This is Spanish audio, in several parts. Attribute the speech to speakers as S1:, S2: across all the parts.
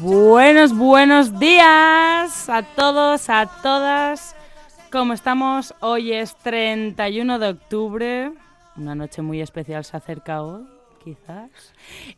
S1: Buenos, buenos días a todos, a todas. ¿Cómo estamos? Hoy es 31 de octubre. Una noche muy especial se acerca hoy, quizás.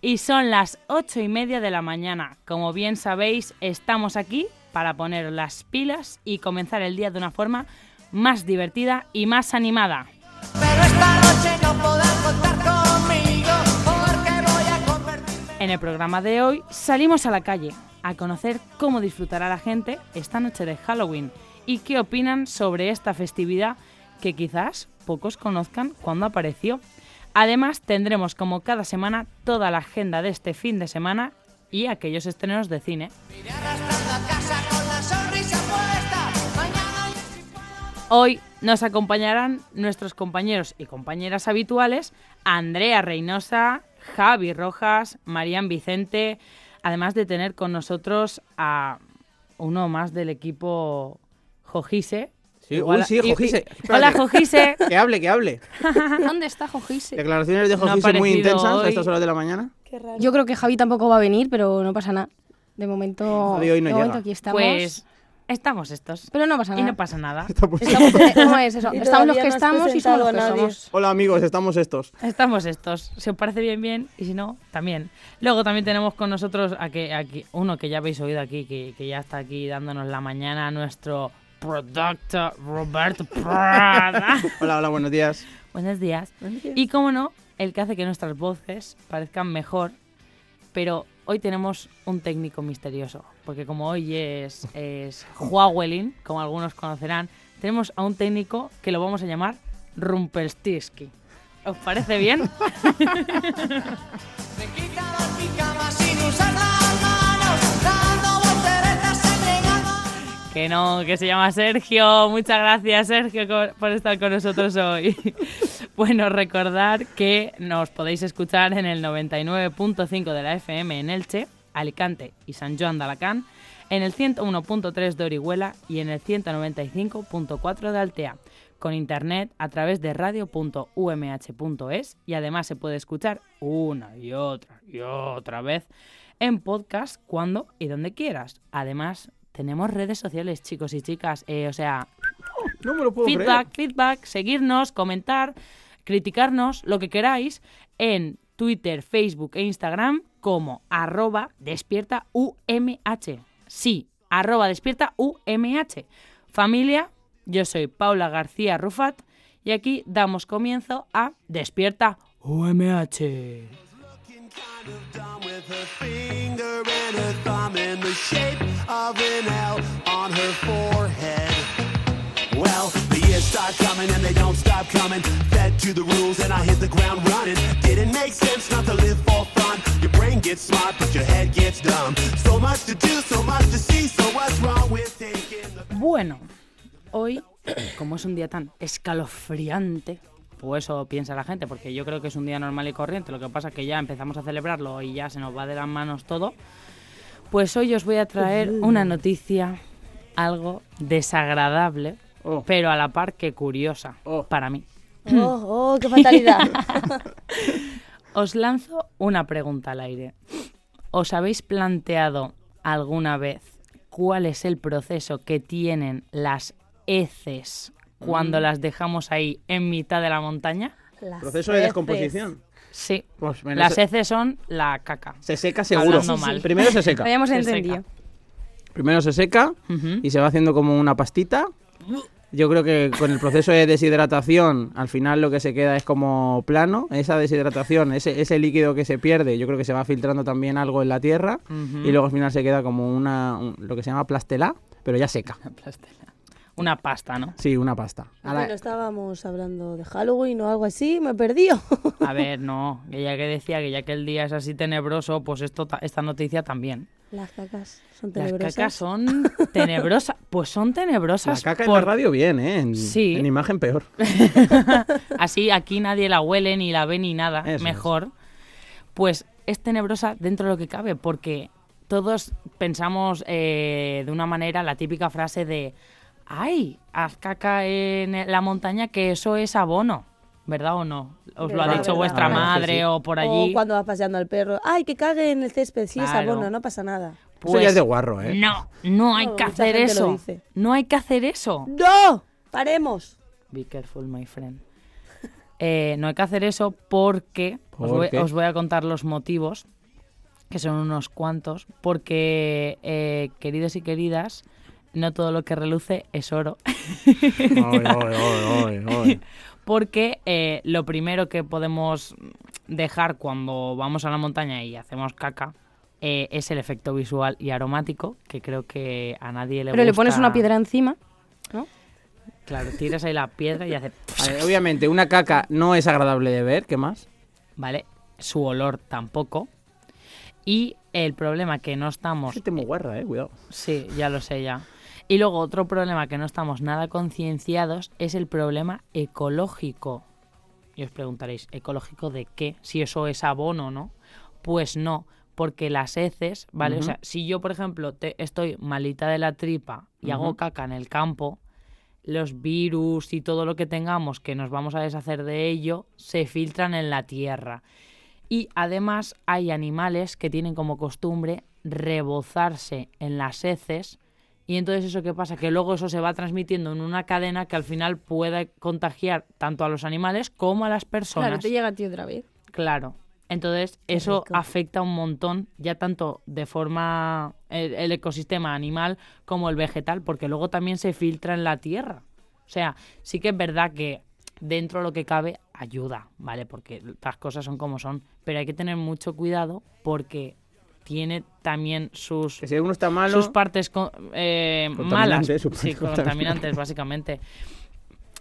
S1: Y son las ocho y media de la mañana. Como bien sabéis, estamos aquí para poner las pilas y comenzar el día de una forma más divertida y más animada.
S2: Pero esta noche no podrás contar conmigo porque voy a convertirme
S1: En el programa de hoy salimos a la calle a conocer cómo disfrutará la gente esta noche de Halloween y qué opinan sobre esta festividad que quizás pocos conozcan cuándo apareció. Además tendremos como cada semana toda la agenda de este fin de semana y aquellos estrenos de cine.
S2: arrastrando a casa con la sonrisa puesta. Mañana ya sí puedo.
S1: Hoy nos acompañarán nuestros compañeros y compañeras habituales, Andrea Reynosa, Javi Rojas, Marian Vicente, además de tener con nosotros a uno más del equipo Jojise.
S3: Sí,
S1: Igual
S3: uy,
S1: a-
S3: sí,
S1: y-
S3: Jojise.
S1: y- Hola, Jojise.
S3: Que hable, que hable.
S4: ¿Dónde está Jojise?
S3: Declaraciones de
S1: No ha
S3: Jojise muy
S1: aparecido
S3: intensas
S1: hoy.
S3: a estas horas de la mañana.
S4: Yo creo que Javi tampoco va a venir, pero no pasa nada. De momento,
S3: Javi hoy no
S4: de
S3: llega.
S4: momento aquí estamos.
S1: Pues estamos estos.
S4: Pero no pasa
S1: Y
S4: nada.
S1: no pasa nada.
S3: Está
S5: pues.
S3: muy-
S4: Estamos, eh, ¿cómo es eso?
S5: Y
S4: Estamos los
S5: todavía
S4: que
S5: no has
S4: estamos y somos los que
S5: presentado a nadie.
S4: somos.
S3: Hola amigos, estamos estos.
S1: Estamos estos. Si os parece bien, bien. Y si no, también. Luego también tenemos con nosotros a que, a que- uno que ya habéis oído aquí, que, que ya está aquí dándonos la mañana, nuestro productor Roberto Prada.
S3: Hola, hola, buenos días.
S1: Buenos días. Y cómo no, el que hace que nuestras voces parezcan mejor. Pero hoy tenemos un técnico misterioso. Porque como hoy es, es Huawelin, como algunos conocerán, tenemos a un técnico que lo vamos a llamar Rumpelstiltskin. ¿Os parece bien?
S2: Me quita las pijamas sin usar las manos, dando volteretas entregando.
S1: Que no, que se llama Sergio. Muchas gracias, Sergio, co- por estar con nosotros hoy. bueno, recordar que nos podéis escuchar en el 99.5 de la FM en Elche, Alicante y San Joan de Alacant, en el 101.3 de Orihuela y en el 195.4 de Altea, con internet a través de radio.umh.es y además se puede escuchar una y otra y otra vez en podcast cuando y donde quieras. Además, tenemos redes sociales, chicos y chicas. eh, o sea,
S3: No me lo puedo
S1: feedback, feedback, seguirnos, comentar, criticarnos, lo que queráis, en Twitter, Facebook e Instagram como arroba despierta UMH. Sí, arroba despierta UMH. Familia, yo soy Paula García Rufat y aquí damos comienzo a Despierta UMH.
S6: Looking kind of dumb with her finger and her thumb in the shape of an L on her forehead. Well, the years start coming and they don't stop coming. Fed to the rules and I hit the ground running. Didn't make sense not to live for fun. Your brain gets smart, but your head gets dumb. So much to do, so much to see. So what's wrong with taking the
S1: Bueno, hoy, como es un día tan escalofriante, pues eso piensa la gente, porque yo creo que es un día normal y corriente, lo que pasa es que ya empezamos a celebrarlo y ya se nos va de las manos todo, pues hoy os voy a traer una noticia algo desagradable,
S3: Oh.
S1: pero a la par que curiosa
S3: Oh.
S1: para mí.
S5: Oh, oh, qué fatalidad.
S1: Os lanzo una pregunta al aire. ¿Os habéis planteado alguna vez cuál es el proceso que tienen las heces
S3: Mm.
S1: cuando las dejamos ahí en mitad de la montaña?
S5: Las
S3: Proceso de
S5: heces.
S3: descomposición.
S1: Sí.
S3: Pues, bueno,
S1: Las
S3: se-
S1: heces son la caca.
S3: Se seca seguro.
S1: Hablando mal.
S3: Primero se seca.
S4: Habíamos
S1: Se
S4: entendido.
S1: seca.
S3: Primero se seca
S1: Ujú.
S3: y se va haciendo como una pastita. Yo creo que con el proceso de deshidratación, al final lo que se queda es como plano. Esa deshidratación, ese, ese líquido que se pierde, yo creo que se va filtrando también algo en la tierra. Y luego al final se queda como una un- lo que se llama plastelá, pero ya seca.
S1: una pasta, ¿no?
S3: Sí, una pasta. A la-
S5: Bueno, estábamos hablando de Halloween o algo así, me he perdido.
S1: A ver, no, que ya que decía que ya que el día es así tenebroso, pues esto, ta- esta noticia también.
S5: Las cacas son
S1: Las
S5: tenebrosas.
S1: cacas son tenebrosas, pues son
S3: la
S1: tenebrosas.
S3: caca en
S1: por-
S3: la radio bien, ¿eh? En,
S1: Sí.
S3: en imagen peor.
S1: Así aquí nadie la huele ni la ve ni nada,
S3: Eso es.
S1: mejor. Pues es tenebrosa dentro de lo que cabe, porque todos pensamos eh, de una manera la típica frase de ¡ay! Haz caca en la montaña que eso es abono. ¿Verdad o no? Os lo ha
S5: Verdad,
S1: dicho
S5: verdad.
S1: vuestra
S3: A ver,
S1: madre
S3: sí.
S1: o por
S5: O
S1: allí.
S5: cuando vas paseando al perro. Ay, que cague en el césped. Sí, es
S1: Claro.
S5: abono, no pasa nada.
S3: Eso ya
S1: Pues-
S3: es de guarro, ¿eh?
S1: No, no hay
S5: No,
S1: que
S5: mucha
S1: hacer
S5: gente lo
S1: eso.
S5: dice.
S1: No hay que hacer eso.
S5: ¡No! ¡Paremos!
S1: Be careful, my friend. Eh, no hay que hacer eso porque
S3: ¿Por
S1: os, voy,
S3: qué?
S1: os voy a contar los motivos, que son unos cuantos, porque, eh, queridos y queridas, no todo lo que reluce es oro.
S3: Ay, ay, ay, ay, ay.
S1: Porque eh, lo primero que podemos dejar cuando vamos a la montaña y hacemos caca eh, es el efecto visual y aromático, que creo que a nadie le
S4: Pero le pones
S1: gusta.
S4: una piedra encima. ¿no?
S1: Claro, tiras ahí la piedra y hace...
S3: A ver, obviamente, una caca no es agradable de ver, ¿qué más?
S1: ¿vale? Su olor tampoco. Y el problema que no estamos...
S3: Sí, te muy guarra, eh, cuidado.
S1: Sí, ya lo sé ya. Y luego otro problema que no estamos nada concienciados es el problema ecológico. Y os preguntaréis, ¿ecológico de qué? Si eso es abono, ¿no? Pues no, porque las heces, ¿vale? O sea, si yo, por ejemplo, te- estoy malita de la tripa y hago caca en el campo, los virus y todo lo que tengamos que nos vamos a deshacer de ello se filtran en la tierra. Y además hay animales que tienen como costumbre rebozarse en las heces. Y entonces eso qué pasa? Que luego eso se va transmitiendo en una cadena que al final pueda contagiar tanto a los animales como a las personas.
S4: Claro, te llega a ti otra vez.
S1: Claro. Entonces, eso
S5: rico.
S1: afecta un montón, ya tanto de forma el, el ecosistema animal como el vegetal, porque luego también se filtra en la tierra. O sea, sí que es verdad que dentro de lo que cabe ayuda, ¿vale? Porque las cosas son como son, pero hay que tener mucho cuidado porque tiene también sus
S3: Que si uno está malo,
S1: sus partes co- eh, malas.
S3: Contaminantes, supongo,
S1: Sí, contaminantes, básicamente.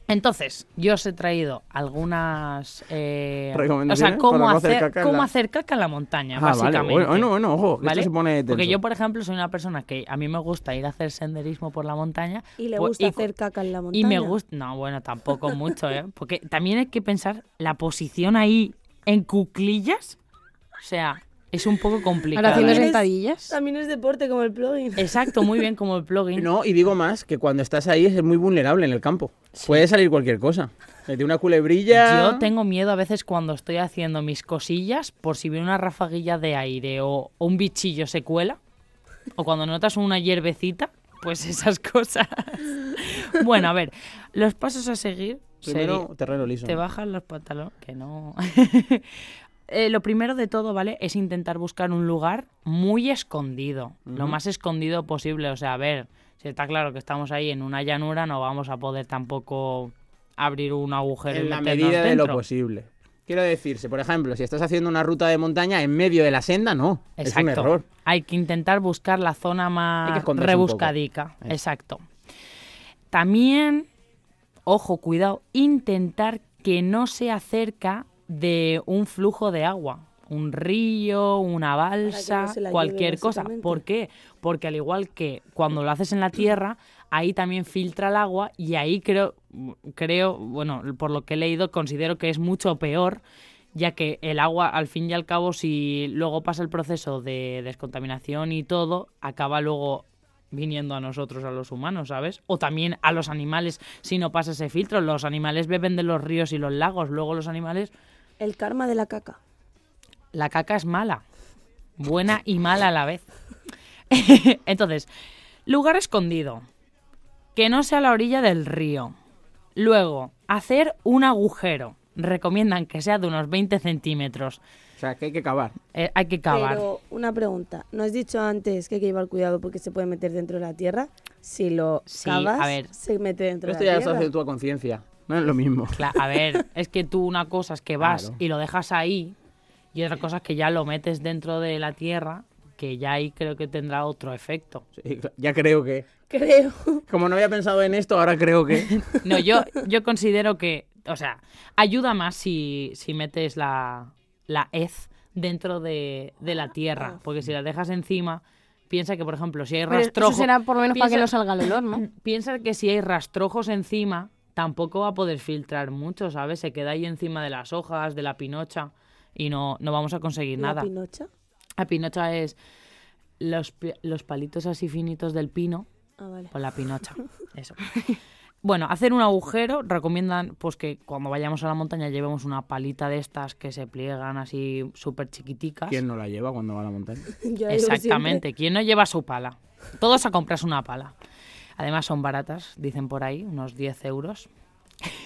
S1: Entonces, yo os he traído algunas. eh, o sea,
S3: Recomendaciones
S1: cómo
S3: para no hacer
S1: hacer,
S3: caca en
S1: cómo
S3: la-
S1: hacer caca en la montaña,
S3: Ah, vale.
S1: básicamente.
S3: Bueno, bueno, bueno, ojo, que esto se pone tenso.
S1: Porque yo, por ejemplo, soy una persona que a mí me gusta ir a hacer senderismo por la montaña.
S5: Y le
S1: pues,
S5: gusta
S1: cu-
S5: hacer caca en la montaña.
S1: y me gusta. No, bueno, tampoco mucho, ¿eh? Porque también hay que pensar la posición ahí en cuclillas. O sea, es un poco complicado.
S4: Ahora haciendo
S1: ¿eh?
S5: Eres-
S4: sentadillas.
S5: También es deporte como el plugin.
S1: Exacto, muy bien, como el plugin.
S3: No, y digo más, que cuando estás ahí es muy vulnerable en el campo. Puede salir cualquier cosa. Desde una culebrilla...
S1: Yo tengo miedo a veces cuando estoy haciendo mis cosillas por si viene una rafaguilla de aire o, o un bichillo se cuela o cuando notas una hierbecita, pues esas cosas. bueno, a ver, los pasos a seguir
S3: Primero,
S1: serían-
S3: terreno liso.
S1: te bajan los pantalones, que no. Eh, lo primero de todo, ¿vale? Es intentar buscar un lugar muy escondido, lo más escondido posible. O sea, a ver, si está claro que estamos ahí en una llanura, no vamos a poder tampoco abrir un agujero. y
S3: en la
S1: meternos
S3: medida de lo
S1: dentro.
S3: posible. Quiero decirse, por ejemplo, si estás haciendo una ruta de montaña en medio de la senda, no.
S1: Exacto.
S3: Es un error.
S1: Hay que intentar buscar la zona
S3: Hay que
S1: más
S3: esconderse un poco.
S1: rebuscadica.
S3: Ahí.
S1: Exacto. También, ojo, cuidado, intentar que no sea cerca de un flujo de agua. Un río, una balsa,
S5: se la lleve,
S1: cualquier cosa.
S5: básicamente.
S1: ¿Por qué? Porque al igual que cuando lo haces en la tierra, ahí también filtra el agua y ahí creo, creo, bueno, por lo que he leído, considero que es mucho peor, ya que el agua, al fin y al cabo, si luego pasa el proceso de descontaminación y todo, acaba luego viniendo a nosotros, a los humanos, ¿sabes? O también a los animales, si no pasa ese filtro. Los animales beben de los ríos y los lagos, luego los animales...
S5: El karma de la caca.
S1: La caca es mala, buena y mala a la vez. Entonces, lugar escondido, que no sea la orilla del río. Luego, hacer un agujero. Recomiendan que sea de unos 20 centímetros.
S3: O sea, que hay que cavar.
S1: Eh, hay que cavar.
S5: Pero una pregunta. ¿No has dicho antes que hay que llevar cuidado porque se puede meter dentro de la tierra? Si lo
S1: Sí,
S5: cavas,
S1: a ver.
S5: se mete dentro
S3: Pero esto
S5: de
S3: ya
S5: la
S3: lo estás
S5: tierra.
S3: haciendo tú a conciencia. No es lo mismo.
S1: Cla- a ver, es que tú una cosa es que vas
S3: Claro.
S1: y lo dejas ahí y otra cosa es que ya lo metes dentro de la tierra que ya ahí creo que tendrá otro efecto.
S3: Sí, ya creo que.
S5: Creo.
S3: Como no había pensado en esto, ahora creo que.
S1: No, yo, yo considero que, o sea, ayuda más si, si metes la, la hez dentro de, de la tierra, porque si la dejas encima, piensa que, por ejemplo, si hay
S4: Ah. Pero
S1: rastrojo...
S4: Eso será por lo menos para que
S1: Piensa-
S4: no salga el olor, ¿no?
S1: Piensa que si hay rastrojos encima, tampoco va a poder filtrar mucho, ¿sabes? Se queda ahí encima de las hojas, de la pinocha, y no, no vamos a conseguir
S5: La
S1: nada.
S5: pinocha.
S1: La pinocha es los, pi- los palitos así finitos del pino
S5: Ah, vale.
S1: con la pinocha. Eso. Bueno, hacer un agujero, recomiendan pues que cuando vayamos a la montaña llevemos una palita de estas que se pliegan así súper chiquiticas.
S3: ¿Quién no la lleva cuando va a la montaña?
S5: Yo la llevo siempre.
S1: Exactamente, ¿quién no lleva su pala? Todos a comprarse una pala. Además son baratas, dicen por ahí, unos 10 euros.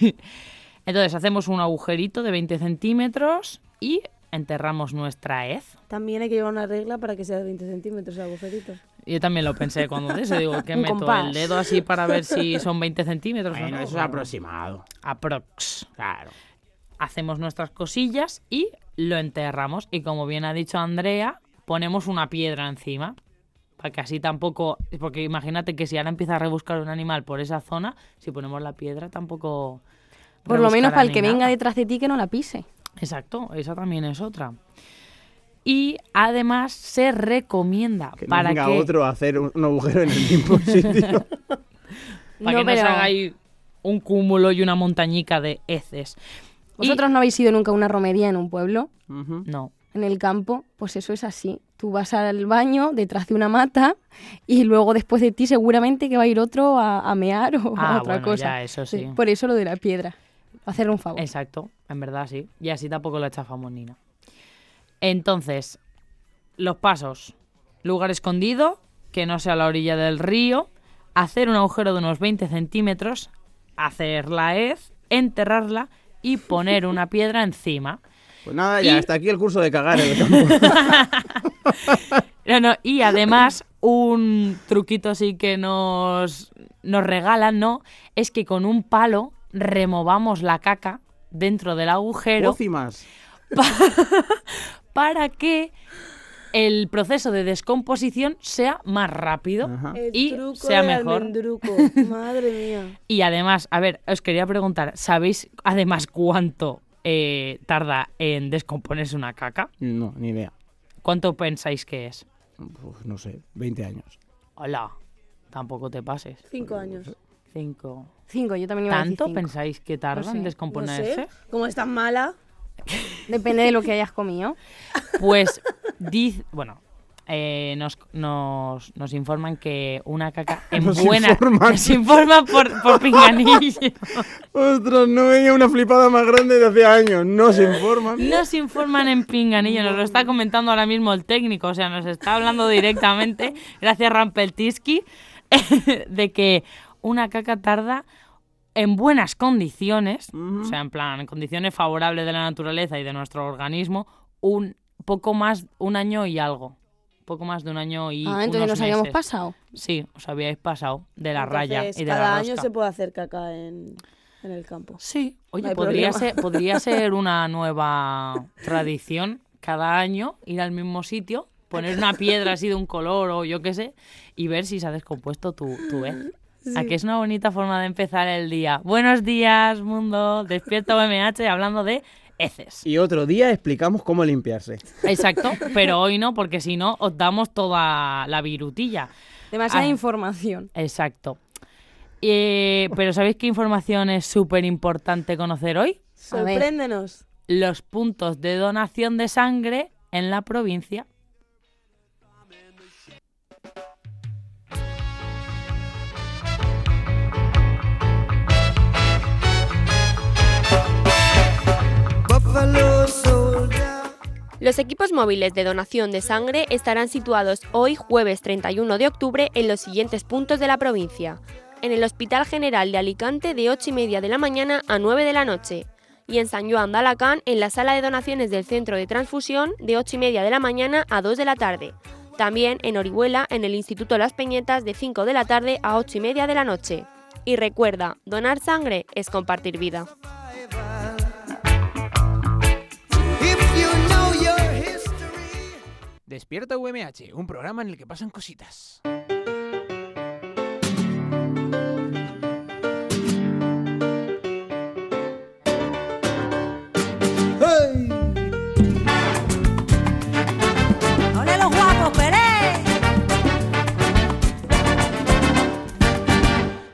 S1: Entonces hacemos un agujerito de 20 centímetros y enterramos nuestra hez.
S5: También hay que llevar una regla para que sea de 20 centímetros el agujerito.
S1: Yo también lo pensé cuando de eso, digo, que
S4: Un
S1: meto el
S4: compás.
S1: dedo así para ver si son 20 centímetros o
S3: Bueno,
S1: no.
S3: eso es aproximado.
S1: Aprox.
S3: Claro.
S1: hacemos nuestras cosillas y lo enterramos. Y como bien ha dicho Andrea, ponemos una piedra encima. Para que así tampoco. Porque imagínate que si ahora empieza a rebuscar un animal por esa zona, si ponemos la piedra tampoco.
S4: Por lo menos
S1: rebuscará
S4: para el
S1: ni
S4: que venga
S1: nada.
S4: detrás de ti que no la pise.
S1: Exacto, esa también es otra. Y además se recomienda
S3: Que no
S1: para
S3: venga
S1: que.
S3: otro a hacer un, un agujero en el mismo sitio.
S1: Para que no se haga ahí un cúmulo y una montañica de heces. Y-
S4: Vosotros no habéis ido nunca a una romería en un pueblo,
S3: Ujú.
S1: No.
S4: en el campo, pues eso es así. Tú vas al baño detrás de una mata y luego después de ti seguramente que va a ir otro a, a mear o
S1: Ah,
S4: a otra
S1: bueno,
S4: cosa.
S1: ya, eso sí.
S4: Por eso lo de la piedra. Hacer un favor.
S1: Exacto, en verdad sí. Y así tampoco lo chafamos Nina. Entonces, los pasos. Lugar escondido, que no sea la orilla del río, hacer un agujero de unos 20 centímetros, hacer la hez, enterrarla y poner una piedra encima.
S3: Pues nada, ya,
S1: Y-
S3: hasta aquí el curso de cagar en el campo.
S1: No, no, y además, un truquito así que nos, nos regalan, ¿no? Es que con un palo removamos la caca dentro del agujero.
S3: Pócimas.
S1: para que el proceso de descomposición sea más rápido.
S3: Ajá.
S5: El
S1: Y
S5: truco
S1: sea
S5: del
S1: mejor.
S5: almendruco. Madre mía.
S1: Y además, a ver, os quería preguntar, ¿sabéis además cuánto eh, tarda en descomponerse una caca?
S3: No, ni idea.
S1: ¿Cuánto pensáis que es?
S3: Uf, no sé, 20 años.
S1: Hola, tampoco te pases.
S5: Cinco años.
S1: Cinco.
S4: Cinco, yo también iba a decir
S1: ¿Tanto
S4: cinco.
S1: pensáis que tarda
S4: No sé.
S1: en
S5: No
S1: descomponerse?
S5: sé. Como es tan mala.
S4: Depende de lo que hayas comido.
S1: Pues, diz, bueno, eh, nos, nos, nos informan que una caca en
S3: Nos
S1: buena...
S3: informan.
S1: Nos informan por, por pinganillo.
S3: Ostras, no veía una flipada más grande de hace años. No
S1: Eh,
S3: se informan.
S1: Nos informan en Pinganillo, nos lo está comentando ahora mismo el técnico, o sea, nos está hablando directamente, gracias Rampeltiski, de que una caca tarda en buenas condiciones, o sea, en plan, en condiciones favorables de la naturaleza y de nuestro organismo, un poco más, un año y algo. Poco más de un año y.
S4: Ah, entonces
S1: unos
S4: nos habíamos
S1: meses.
S4: pasado.
S1: Sí, os habíais pasado de la raya
S5: Entonces,
S1: y de
S5: cada
S1: la
S5: año
S1: rosca.
S5: se puede hacer caca en, en el campo.
S1: Sí, oye,
S5: No hay
S1: podría,
S5: problema.
S1: ser, podría ser una nueva tradición cada año ir al mismo sitio, poner una piedra así de un color o yo qué sé, y ver si se ha descompuesto tu, tu vez. A que es una bonita forma de empezar el día. Buenos días, mundo. Despierta OMH hablando de heces.
S3: Y otro día explicamos cómo limpiarse.
S1: Exacto, pero hoy no, porque si no os damos toda la virutilla.
S4: Demasiada
S1: Ah.
S4: información.
S1: Exacto. Eh, pero ¿sabéis qué información es súper importante conocer hoy?
S4: A ver.
S5: Sorpréndenos.
S1: los puntos de donación de sangre en la provincia.
S7: Los equipos móviles de donación de sangre estarán situados hoy jueves 31 de octubre en los siguientes puntos de la provincia. En el Hospital General de Alicante de 8 y media de la mañana a 9 de la noche. Y en San Joan de Alacán en la sala de donaciones del Centro de Transfusión de 8 y media de la mañana a 2 de la tarde. También en Orihuela en el Instituto Las Peñetas de 5 de la tarde a 8 y media de la noche. Y recuerda, donar sangre es compartir vida.
S2: If you know your history.
S8: Despierta UMH, un programa en el que pasan cositas.
S2: ¡Ole los guapos, Pérez!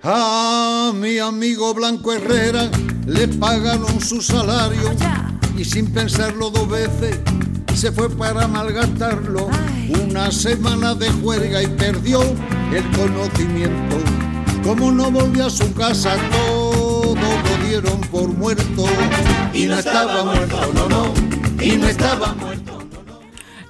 S6: A mi amigo Blanco Herrera le pagaron su salario y sin pensarlo dos veces se fue para malgastarlo. Una semana de juerga y perdió el conocimiento. Como no volvió a su casa, todo lo dieron por muerto. Y no estaba muerto, no, no. Y no estaba muerto.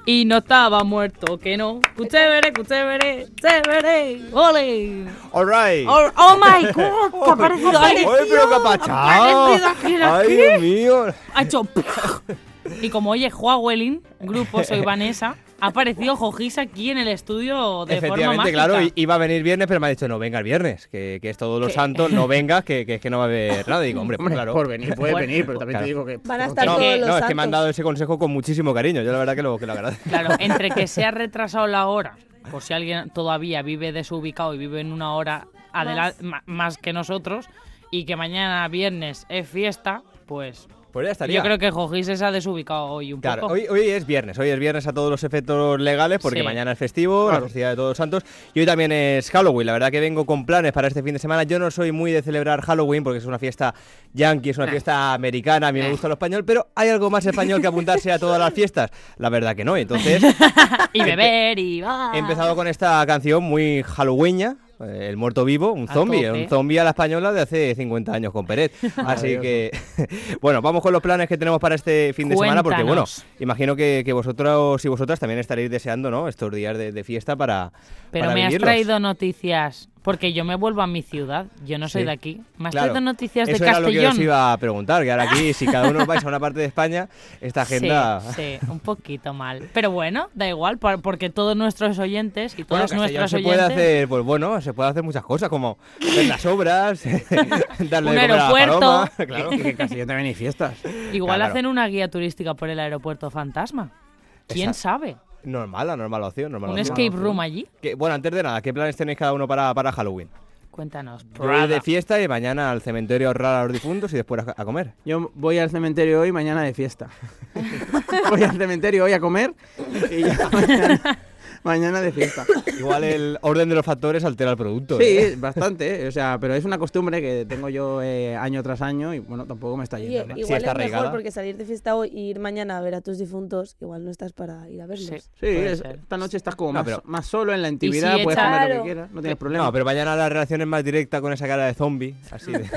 S1: Y no estaba muerto, que no. Cuchévere, cuchévere, chévere. ¡Ole!
S9: All right.
S1: Oh, oh my god, que ha aparecido ahí.
S9: Oye, pero qué apachao.
S1: Aparecido aquí, la-
S9: Ay, Dios mío.
S1: Ha hecho. Y como oye Juan Welling, grupo Soy Vanessa, ha aparecido Jojis aquí en el estudio de forma
S9: Efectivamente,
S1: mágica.
S9: claro, i- iba a venir viernes, pero me ha dicho no venga el viernes, que, que es todos los
S1: Que-
S9: santos, no vengas, que, que es que no va a haber nada. Y digo, hombre, pues
S3: Hombre,
S9: claro.
S3: por venir, puede
S1: Bueno,
S3: venir, pero también
S9: claro.
S3: te digo que...
S5: Van a estar
S9: No,
S5: todos
S9: que-
S5: los
S9: no, es que me han
S5: santos.
S9: dado ese consejo con muchísimo cariño. Yo la verdad que lo, que lo agradezco.
S1: Claro, entre que se ha retrasado la hora, por si alguien todavía vive desubicado y vive en una hora adela- ma- más que nosotros, y que mañana viernes es fiesta, pues
S9: Pues ya estaría.
S1: yo creo que Jojis se ha desubicado hoy un
S9: Claro,
S1: poco.
S9: hoy, hoy es viernes, hoy es viernes a todos los efectos legales porque
S1: Sí.
S9: mañana es festivo, la festividad de todos los santos y hoy también es Halloween, la verdad que vengo con planes para este fin de semana, yo no soy muy de celebrar Halloween porque es una fiesta yankee, es una fiesta americana, a mí me gusta lo español, pero hay algo más español que apuntarse a todas las fiestas, la verdad que no, entonces
S1: Y beber y... ah, va.
S9: he empezado con esta canción muy halloweenña. eh, El muerto vivo, un
S1: A
S9: zombie,
S1: tope.
S9: un zombie a la española de hace 50 años con Peret. Así que, bueno, vamos con los planes que tenemos para este fin de semana, porque bueno,
S1: Cuéntanos.
S9: imagino que, que vosotros y vosotras también estaréis deseando, ¿no? Estos días de, de fiesta para.
S1: Pero
S9: para
S1: me has
S9: vivirlos.
S1: traído noticias, porque yo me vuelvo a mi ciudad, yo no soy
S9: Sí.
S1: de aquí. Me has
S9: Claro,
S1: traído noticias
S9: Eso
S1: de
S9: era lo que os
S1: Castellón.
S9: iba a preguntar, que ahora aquí, si cada uno vais a una parte de España, esta agenda.
S1: Sí, sí, un poquito mal. Pero bueno, da igual, por- porque todos nuestros oyentes y
S9: Bueno,
S1: todas
S9: Castellón
S1: nuestras
S9: se
S1: oyentes.
S9: puede hacer, pues bueno, se puede hacer muchas cosas, como ver las obras, darle
S1: Un
S9: de comer a la
S1: aeropuerto.
S9: paloma, claro.
S3: Que en Castellón también hay fiestas.
S1: Igual
S9: Claro.
S1: hacen una guía turística por el aeropuerto fantasma. ¿Quién
S9: Esa-
S1: sabe?
S9: Normal, la normal opción, normal
S1: ¿Un
S9: opción.
S1: escape room allí?
S9: Que- bueno, antes de nada, ¿qué planes tenéis cada uno para, para Halloween?
S1: Cuéntanos.
S9: Yo voy de fiesta y mañana al cementerio a ahorrar a los difuntos y después a, a comer.
S3: Yo voy al cementerio hoy, mañana de fiesta. voy al cementerio hoy a comer y ya mañana, mañana de fiesta.
S9: Igual el orden de los factores altera el producto. ¿eh?
S3: Sí, bastante, eh, o sea, pero es una costumbre que tengo yo eh, año tras año y bueno, tampoco me está
S5: Oye,
S3: yendo. mal.
S5: igual
S9: Sí,
S5: es
S9: está
S5: mejor
S9: arraigada.
S5: porque salir de fiesta hoy y ir mañana a ver a tus difuntos, igual no estás para ir a verlos.
S1: Sí.
S3: Sí,
S1: Puede
S3: es-
S1: ser.
S3: esta noche estás como
S9: No,
S3: más,
S9: pero-
S3: más solo en la intimidad,
S1: si
S3: puedes
S1: echa-
S3: comer lo
S5: Claro.
S3: que quieras, no tienes problema.
S9: No, pero mañana la relación es más directa con esa cara de zombie. Así de...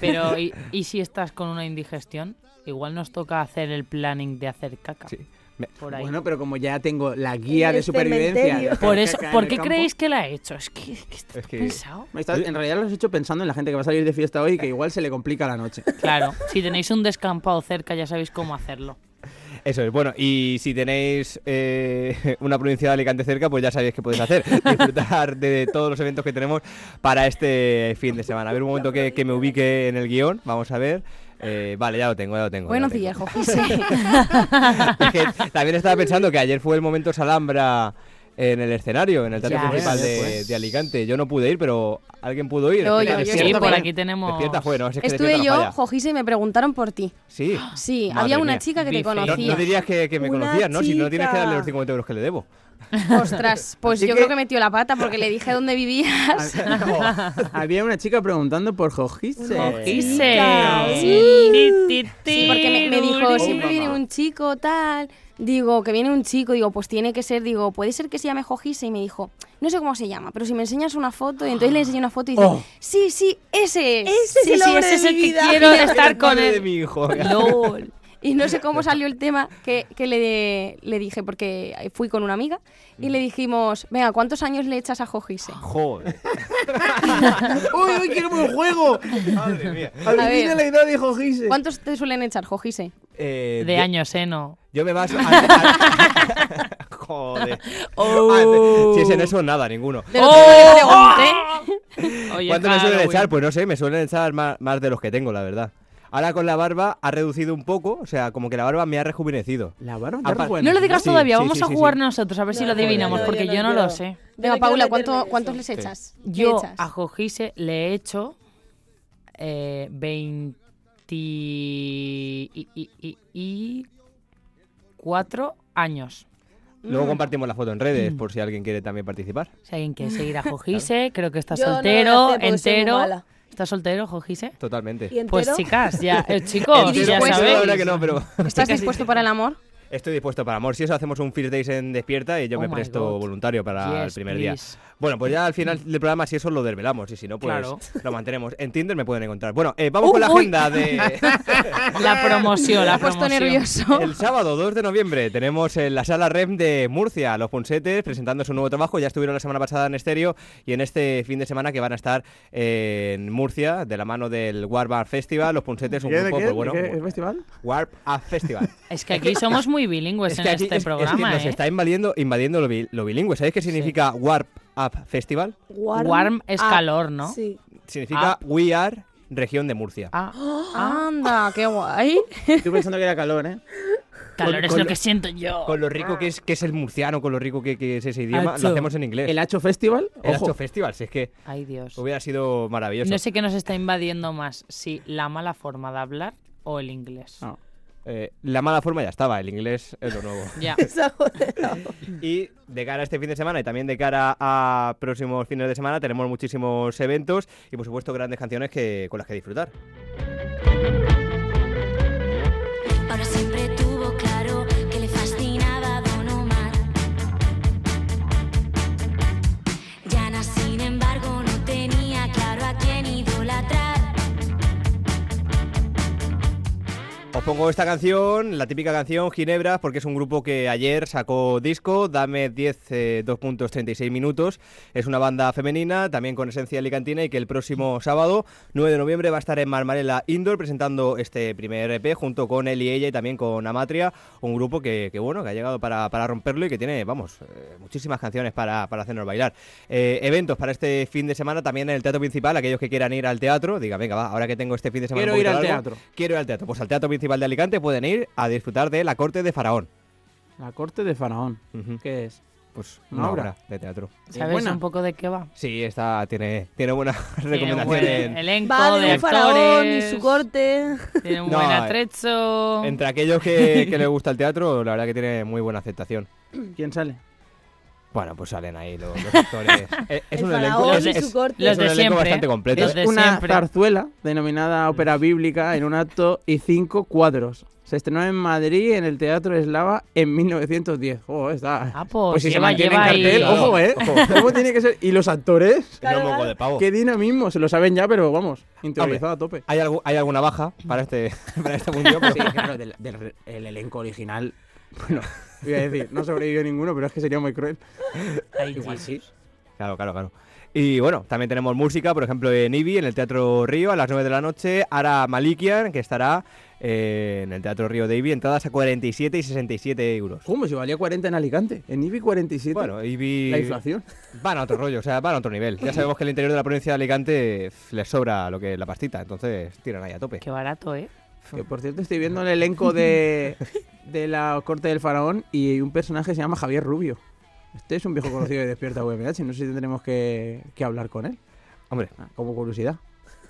S1: Pero, ¿y, y si estás con una indigestión? Igual nos toca hacer el planning de hacer caca.
S9: Sí. Me-
S1: Por ahí.
S3: Bueno, pero como ya tengo la guía
S5: En
S3: de
S5: el
S3: supervivencia.
S5: cementerio.
S3: de
S1: Por
S3: caca
S1: eso,
S3: en
S1: ¿por
S3: el
S1: qué
S3: campo,
S1: creéis que la he hecho? Es que, es que está
S9: Es que-
S1: pensado.
S3: me está- en realidad lo he hecho pensando en la gente que va a salir de fiesta hoy y que igual se le complica la noche.
S1: Claro, si tenéis un descampado cerca ya sabéis cómo hacerlo.
S9: Eso es, bueno, y si tenéis eh, una provincia de Alicante cerca, pues ya sabéis qué podéis hacer. Disfrutar de todos los eventos que tenemos para este fin de semana. A ver un momento que, que me ubique en el guión, vamos a ver. Eh, vale, ya lo tengo, ya lo tengo. ya lo
S4: Buenos
S9: tengo.
S4: días, Jojise.
S9: Es que también estaba pensando que ayer fue el momento Salambra en el escenario, en el Teatro
S1: Ya.
S9: Municipal
S3: Ayer
S9: de,
S3: fue.
S9: de Alicante. Yo no pude ir, pero alguien pudo ir.
S4: Yo,
S9: Despierta,
S4: yo, yo
S1: Sí,
S9: despierta,
S1: por
S9: fue.
S1: aquí tenemos...
S9: Despierta fue, no, es que despierta
S4: Estuve
S9: no
S4: yo,
S9: falla.
S4: Jojise, y me preguntaron por ti.
S9: Sí.
S4: Sí,
S9: Madre
S4: había una
S9: mía.
S4: chica que te
S1: Bife. No-
S9: No, no
S4: conocía.
S9: dirías que, que me
S5: Una
S9: conocías, ¿no? Si no tienes que darle
S5: chica.
S9: los 50 euros que le debo.
S4: Ostras, pues
S3: Así
S4: yo
S3: que-
S4: creo que metió la pata porque le dije dónde vivías.
S3: Había una chica preguntando por Jojise.
S1: Jojise.
S5: Sí.
S1: Ti, ti, ti,
S4: porque me, me dijo,
S9: Oh,
S1: duri.
S4: siempre viene un chico, tal. Digo, que viene un chico, digo, pues tiene que ser, digo, puede ser que se llame Jojise. Y me dijo, no sé cómo se llama, pero si me enseñas una foto, y entonces le enseñé una foto y dice,
S9: Oh.
S4: sí, sí, ese es.
S5: Ese
S4: Sí,
S5: es el
S4: sí,
S5: hombre
S4: ese
S5: de
S4: es el
S5: mi
S4: que
S5: vida.
S4: quiero
S1: Mira,
S4: estar con
S9: Madre de
S4: él.
S9: mi hijo.
S4: LOL. Y no sé cómo salió el tema que, que le, le dije, porque fui con una amiga y le dijimos, venga, ¿cuántos años le echas a Jojise?
S9: Joder.
S3: ¡Uy, uy, quiero un juego!
S9: Madre mía.
S3: Adivina
S4: ver.
S3: la edad de Jojise.
S4: ¿Cuántos te suelen echar, Jojise?
S9: Eh,
S1: De
S9: yo-
S1: años, ¿eh? No.
S9: Yo me baso. a- a- Joder.
S1: Oh.
S9: Ah, Si es en eso, nada, ninguno.
S4: Pero yo le pregunté,
S1: Oye,
S9: ¿Cuánto me pues, suelen
S1: Halloween.
S9: echar? Pues no sé, me suelen echar más, más de los que tengo, la verdad.
S7: Ahora con la barba ha reducido un poco, o sea, como que la barba me ha rejuvenecido.
S3: La barba
S7: te
S1: No lo digas todavía, vamos a jugar nosotros, a ver si lo adivinamos,
S10: no,
S1: porque
S10: yo
S1: yo,
S10: no
S1: no
S10: quiero.
S1: lo sé.
S5: Venga,
S10: quiero
S5: Paula,
S10: meter
S5: ¿cuánto-
S10: nervioso.
S5: ¿cuántos les echas? ¿Qué
S1: Yo
S5: echas?
S1: a Jojise le he hecho eh, 20 y, y- y- y- y cuatro años.
S7: Luego compartimos la foto en redes por si alguien quiere también participar.
S1: Si alguien quiere seguir a Jojise, creo que está
S10: Yo no lo
S1: soltero,
S10: voy a hacer porque soy muy
S1: entero.
S10: mala.
S1: ¿Está soltero, Jojise?
S7: Totalmente.
S10: ¿Y entero?
S1: Pues chicas, ya, eh, chicos,
S5: Y
S1: ya
S7: Entero,
S5: dispuesto.
S7: la
S1: sabéis.
S7: verdad que no, pero
S5: ¿Estás dispuesto para el amor?
S7: estoy dispuesto para amor. Si eso hacemos un first days en despierta y yo
S1: Oh
S7: me
S1: my
S7: presto
S1: God.
S7: voluntario para el
S1: Yes,
S7: primer
S1: please.
S7: día. Bueno, pues ya al final del programa si eso lo desvelamos y si no pues
S11: Claro.
S7: lo mantenemos. En Tinder me pueden encontrar. Bueno, eh, vamos con la
S1: uy.
S7: agenda de
S1: La promoción,
S5: Me
S1: la
S5: ha puesto
S1: promoción.
S5: nervioso.
S7: El sábado 2 de noviembre tenemos en la sala REM de Murcia los Punsetes presentando su nuevo trabajo. Ya estuvieron la semana pasada en estéreo y en este fin de semana que van a estar en Murcia de la mano del Warp Art Festival. Los Punsetes, un
S3: ¿Qué, de
S7: grupo,
S3: qué?
S7: pues
S3: ¿De
S7: bueno,
S3: qué? ¿El festival?
S7: Warp Art Festival.
S1: Es que aquí somos muy bilingües en este
S7: aquí es- es que
S1: programa,
S7: nos
S1: ¿eh?
S7: está invadiendo, invadiendo lo, bi- lo bilingüe. ¿Sabéis qué significa Warp Up Festival?
S10: Warm,
S1: Warm es
S10: up.
S1: calor, ¿no?
S10: Sí.
S7: Significa We Are Región de Murcia.
S1: Ah,
S5: Anda, qué guay.
S3: Estoy pensando que era calor, ¿eh?
S1: calor
S7: Con-
S1: es
S7: con-
S1: lo que siento yo.
S7: Con lo rico que es, que es el murciano, con lo rico que, que es ese idioma,
S1: Acho.
S7: lo hacemos en
S9: Eh,
S7: inglés.
S3: ¿El Hacho Festival?
S7: El
S3: Ojo.
S7: Acho Festival, si es que
S1: Ay, Dios.
S7: hubiera sido maravilloso.
S1: No sé qué nos está invadiendo más, si la mala forma de hablar o el inglés.
S3: Ah.
S7: Eh, la mala forma ya estaba, el inglés es lo nuevo.
S1: Ya.
S10: Esa jodera.
S7: Y de cara a este fin de semana y también de cara a próximos fines de semana tenemos muchísimos eventos y por supuesto grandes canciones que, con las que disfrutar.
S2: Ahora siempre tuvo claro que le fascinaba Don Omar. Yana, sin embargo, no tenía claro a quién idolatrar.
S7: Os pongo esta canción, la típica canción Ginebra, porque es un grupo que ayer sacó disco, dame 10, eh, 2.36 minutos. Es una banda femenina, también con esencia alicantina, y que el próximo sábado, 9 de noviembre, va a estar en Marmarela Indoor presentando este primer EP junto con él y ella y también con Amatria, un grupo que, que, bueno, que ha llegado para, para romperlo y que tiene, vamos, eh, muchísimas canciones para, para hacernos bailar. Eh, eventos para este fin de semana también en el teatro principal, aquellos que quieran ir al teatro, diga, venga, va, ahora que tengo este fin de
S3: Quiero
S7: semana. un poquito
S3: ir al
S7: largo,
S3: teatro.
S7: Quiero ir al teatro. Pues al Teatro Principal de Alicante pueden ir a disfrutar de La Corte de Faraón.
S3: La corte de Faraón.
S7: Ujú.
S3: ¿Qué es?
S7: Pues
S3: Una
S7: una
S3: obra.
S7: obra de teatro.
S1: ¿Sabes
S3: buena.
S1: un poco de qué va?
S7: Sí, esta tiene, tiene buenas
S1: Tiene un buen
S7: recomendaciones. en-
S1: elenco
S10: Va
S1: de
S10: de un faraón y
S1: actores.
S10: su corte.
S1: Tiene un
S7: No,
S1: buen
S7: eh,
S1: atrecho.
S7: Entre aquellos que, que les gusta el teatro, la verdad que tiene muy buena aceptación.
S3: ¿Quién sale?
S7: Bueno, pues salen ahí los, los actores. Es, es
S10: El
S7: un elenco,
S10: faraón
S7: es-
S10: y
S7: es-
S10: su corte.
S7: es
S1: Los
S7: un
S1: de
S7: elenco
S1: siempre.
S7: bastante completo.
S1: Los
S3: Es
S1: de
S3: una
S1: siempre.
S3: zarzuela denominada ópera bíblica en un acto y cinco cuadros. Se estrenó en Madrid en el Teatro Eslava en 1910. Oh, está.
S1: Ah, pues
S3: si se
S1: lleva-
S3: mantiene en
S1: lleva ahí-
S3: cartel, ojo, ¿eh?
S7: Ojo.
S3: ¿Cómo tiene que ser? ¿Y los actores?
S7: Tiene un moco de pavo.
S3: Qué dinamismo, se lo saben ya, pero vamos, interiorizado a tope.
S7: ¿Hay, algu- hay alguna baja para este para esta función? pero-
S3: Sí, claro, del, del- el elenco original, bueno, voy a decir, no sobrevivió ninguno, pero es que sería muy cruel.
S1: Ay,
S3: Igual
S1: Dios.
S3: sí.
S7: Claro, claro, claro. Y bueno, también tenemos música, por ejemplo, en Ibi, en el Teatro Río, a las 9 de la noche. Ara Malikian, que estará eh, en el Teatro Río de Ibi, entradas a 47 y 67 euros.
S3: ¿Cómo? Si valía 40 en Alicante, en IBI 47.
S7: Bueno, Ibi
S3: la inflación.
S7: van a otro rollo, o sea, van a otro nivel. Ya sabemos que el interior de la provincia de Alicante f, les sobra lo que es la pastita, entonces tiran ahí a tope.
S1: Qué barato, ¿eh?
S3: Que, por cierto, estoy viendo el elenco de, de la corte del faraón y un personaje se llama Javier Rubio. Este es un viejo conocido de Despierta VMH, no sé si tendremos que, que hablar con él,
S7: Hombre,
S3: Ah, como curiosidad.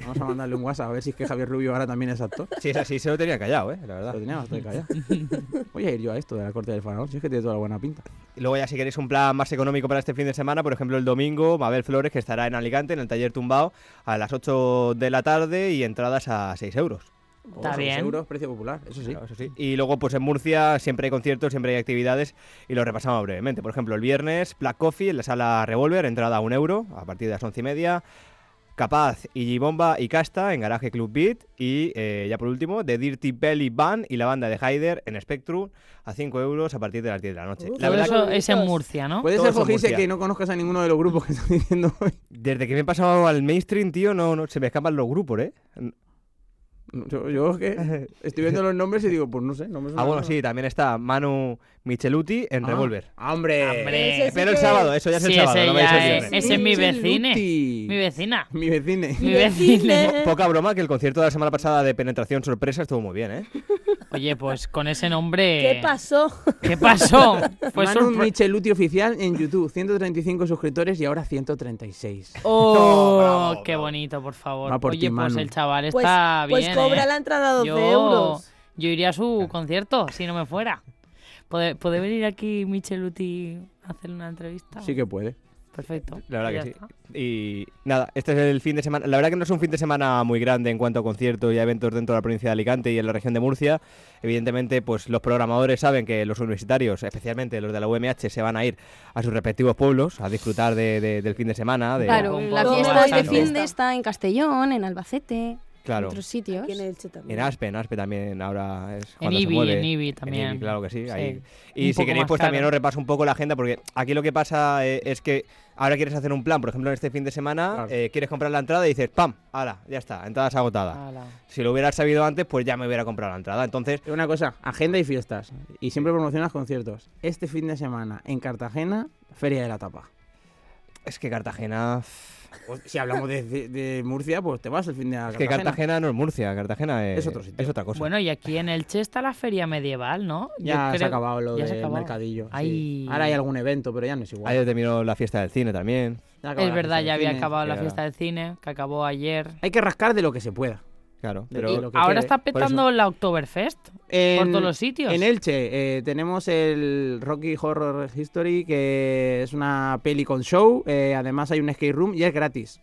S3: Vamos a mandarle un WhatsApp a ver si es que Javier Rubio ahora también es actor.
S7: si es así, se lo tenían callado, ¿eh? La verdad.
S3: Lo tenía bastante callado. Voy a ir yo a esto de la corte del faraón, si es que tiene toda la buena pinta.
S7: Y Luego ya si queréis un plan más económico para este fin de semana, por ejemplo el domingo, Mabel Flores, que estará en Alicante, en el taller tumbado, a las 8 de la tarde y entradas a 6 euros.
S1: Está
S3: seis
S1: bien.
S3: euros, precio popular, eso sí.
S7: Claro, eso sí. Y luego, pues en Murcia siempre hay conciertos, siempre hay actividades y lo repasamos brevemente. Por ejemplo, el viernes, Black Coffee en la sala Revolver, entrada a un euro a partir de las once y media. Capaz, Iggy Bomba y Casta en Garaje Club Beat. Y eh, ya por último, The Dirty Belly Band y la banda de Haider en Spectrum a 5 euros a partir de las 10 de la noche.
S10: Uh,
S7: la
S1: Todo
S7: verdad,
S1: eso
S10: que-
S1: es en Murcia, ¿no?
S3: Puede
S7: Todos
S3: ser,
S7: son
S3: Jojise,
S7: Murcia.
S3: que no conozcas a ninguno de los grupos que estás diciendo hoy.
S7: desde que me he pasado al mainstream, tío, no, no se me escapan los grupos, ¿eh?
S3: Yo, yo es que estoy viendo los nombres y digo, pues no sé, no me suena
S9: Ah, bueno,
S3: nada.
S9: sí, también está Manu Micheluti en
S3: Ah,
S9: Revolver.
S3: ¡Hombre!
S1: Hombre. Ese sí
S9: Pero el
S1: que-
S9: sábado, eso ya es
S1: Sí,
S9: el sábado.
S1: ese
S9: no me
S1: eh, ya
S9: digas el
S1: es-
S9: viernes.
S1: ese es mi vecine. Mi vecina.
S3: Mi vecine.
S7: ¿eh?
S1: Mi vecine.
S9: Po- Poca broma que el concierto de la semana pasada de Penetración Sorpresa estuvo muy bien, ¿eh?
S1: Oye, pues con ese nombre.
S5: ¿Qué pasó?
S1: ¿Qué pasó? Fue
S3: Manu
S1: sorpre-
S3: Micheluti oficial en YouTube, 135 suscriptores y ahora 136.
S1: Oh, qué bonito, por favor.
S3: Va por
S1: Oye,
S3: ti,
S1: pues
S3: Manu.
S1: el chaval
S5: Pues-
S1: está
S5: pues
S1: bien.
S5: cobra
S1: ¿eh?
S5: la entrada 12
S1: yo,
S5: euros.
S1: Yo iría a su concierto si no me fuera. ¿Puede, puede venir aquí Micheluti a hacer una entrevista?
S3: Sí que puede.
S1: Perfecto.
S9: La verdad
S1: Ya
S9: que sí.
S1: está.
S9: Y nada, este es el fin de semana. La verdad que no es un fin de semana muy grande en cuanto a conciertos y a eventos dentro de la provincia de Alicante y en la región de Murcia. Evidentemente, pues los programadores saben que los universitarios, especialmente los de la UMH, se van a ir a sus respectivos pueblos a disfrutar de- de- del fin de
S7: Ah,
S9: semana. de-
S4: Claro,
S5: Con
S4: la
S5: todo
S4: fiesta
S5: el
S4: de
S5: año.
S4: finde está en Castellón, en Albacete, en
S9: Claro.
S4: otros sitios.
S5: Aquí en Elche también.
S9: En Aspe, en Aspe también ahora es
S1: En
S9: cuando se
S1: Ibi,
S9: mueve.
S1: en Ibi también.
S9: Ibi, claro que sí.
S1: Sí,
S9: ahí.
S1: un
S9: Y si
S1: poco
S9: queréis,
S1: más
S9: pues también
S1: caro.
S9: os repaso un poco la agenda, porque aquí lo que pasa eh, es que ahora quieres hacer un plan, por ejemplo, en este fin de semana,
S3: Claro.
S9: eh, quieres comprar la entrada y dices, ¡pam! ¡Hala! Ya está, entradas agotadas.
S1: Ala.
S9: Si lo hubieras sabido antes, pues ya me hubiera comprado la entrada. Entonces,
S3: Pero Una cosa, agenda y fiestas. Y siempre promocionas conciertos. Este fin de semana en Cartagena, Feria de la Tapa.
S9: es que Cartagena...
S3: Pues, si hablamos de, de- de Murcia, pues te vas el fin de
S9: Es que Cartagena no es Murcia, Cartagena es,
S3: Es otro sitio.
S9: es otra cosa.
S1: Bueno, y aquí en Elche está la feria medieval, ¿no? Yo
S3: Ya se
S1: creo-
S3: ha acabado lo
S1: ya
S3: del
S1: se ha acabado.
S3: mercadillo. sí.
S1: Ay.
S3: Ahora hay algún evento, pero ya no es igual.
S9: Ayer terminó la fiesta del cine también.
S3: Ya ha acabado
S1: Es
S3: la
S1: verdad,
S3: fiesta del
S1: ya había
S3: cine.
S1: acabado la
S9: ya.
S1: fiesta del cine, que acabó ayer.
S3: Hay que rascar de lo que se pueda.
S9: Claro,
S3: De- de
S9: pero...
S3: lo que
S1: Ahora
S3: quede.
S1: está
S9: eso.
S1: petando la Oktoberfest por
S3: En-
S1: todos los sitios.
S3: En Elche eh, tenemos el Rocky Horror History, que es una peli con show. eh, además hay un skate room y es gratis.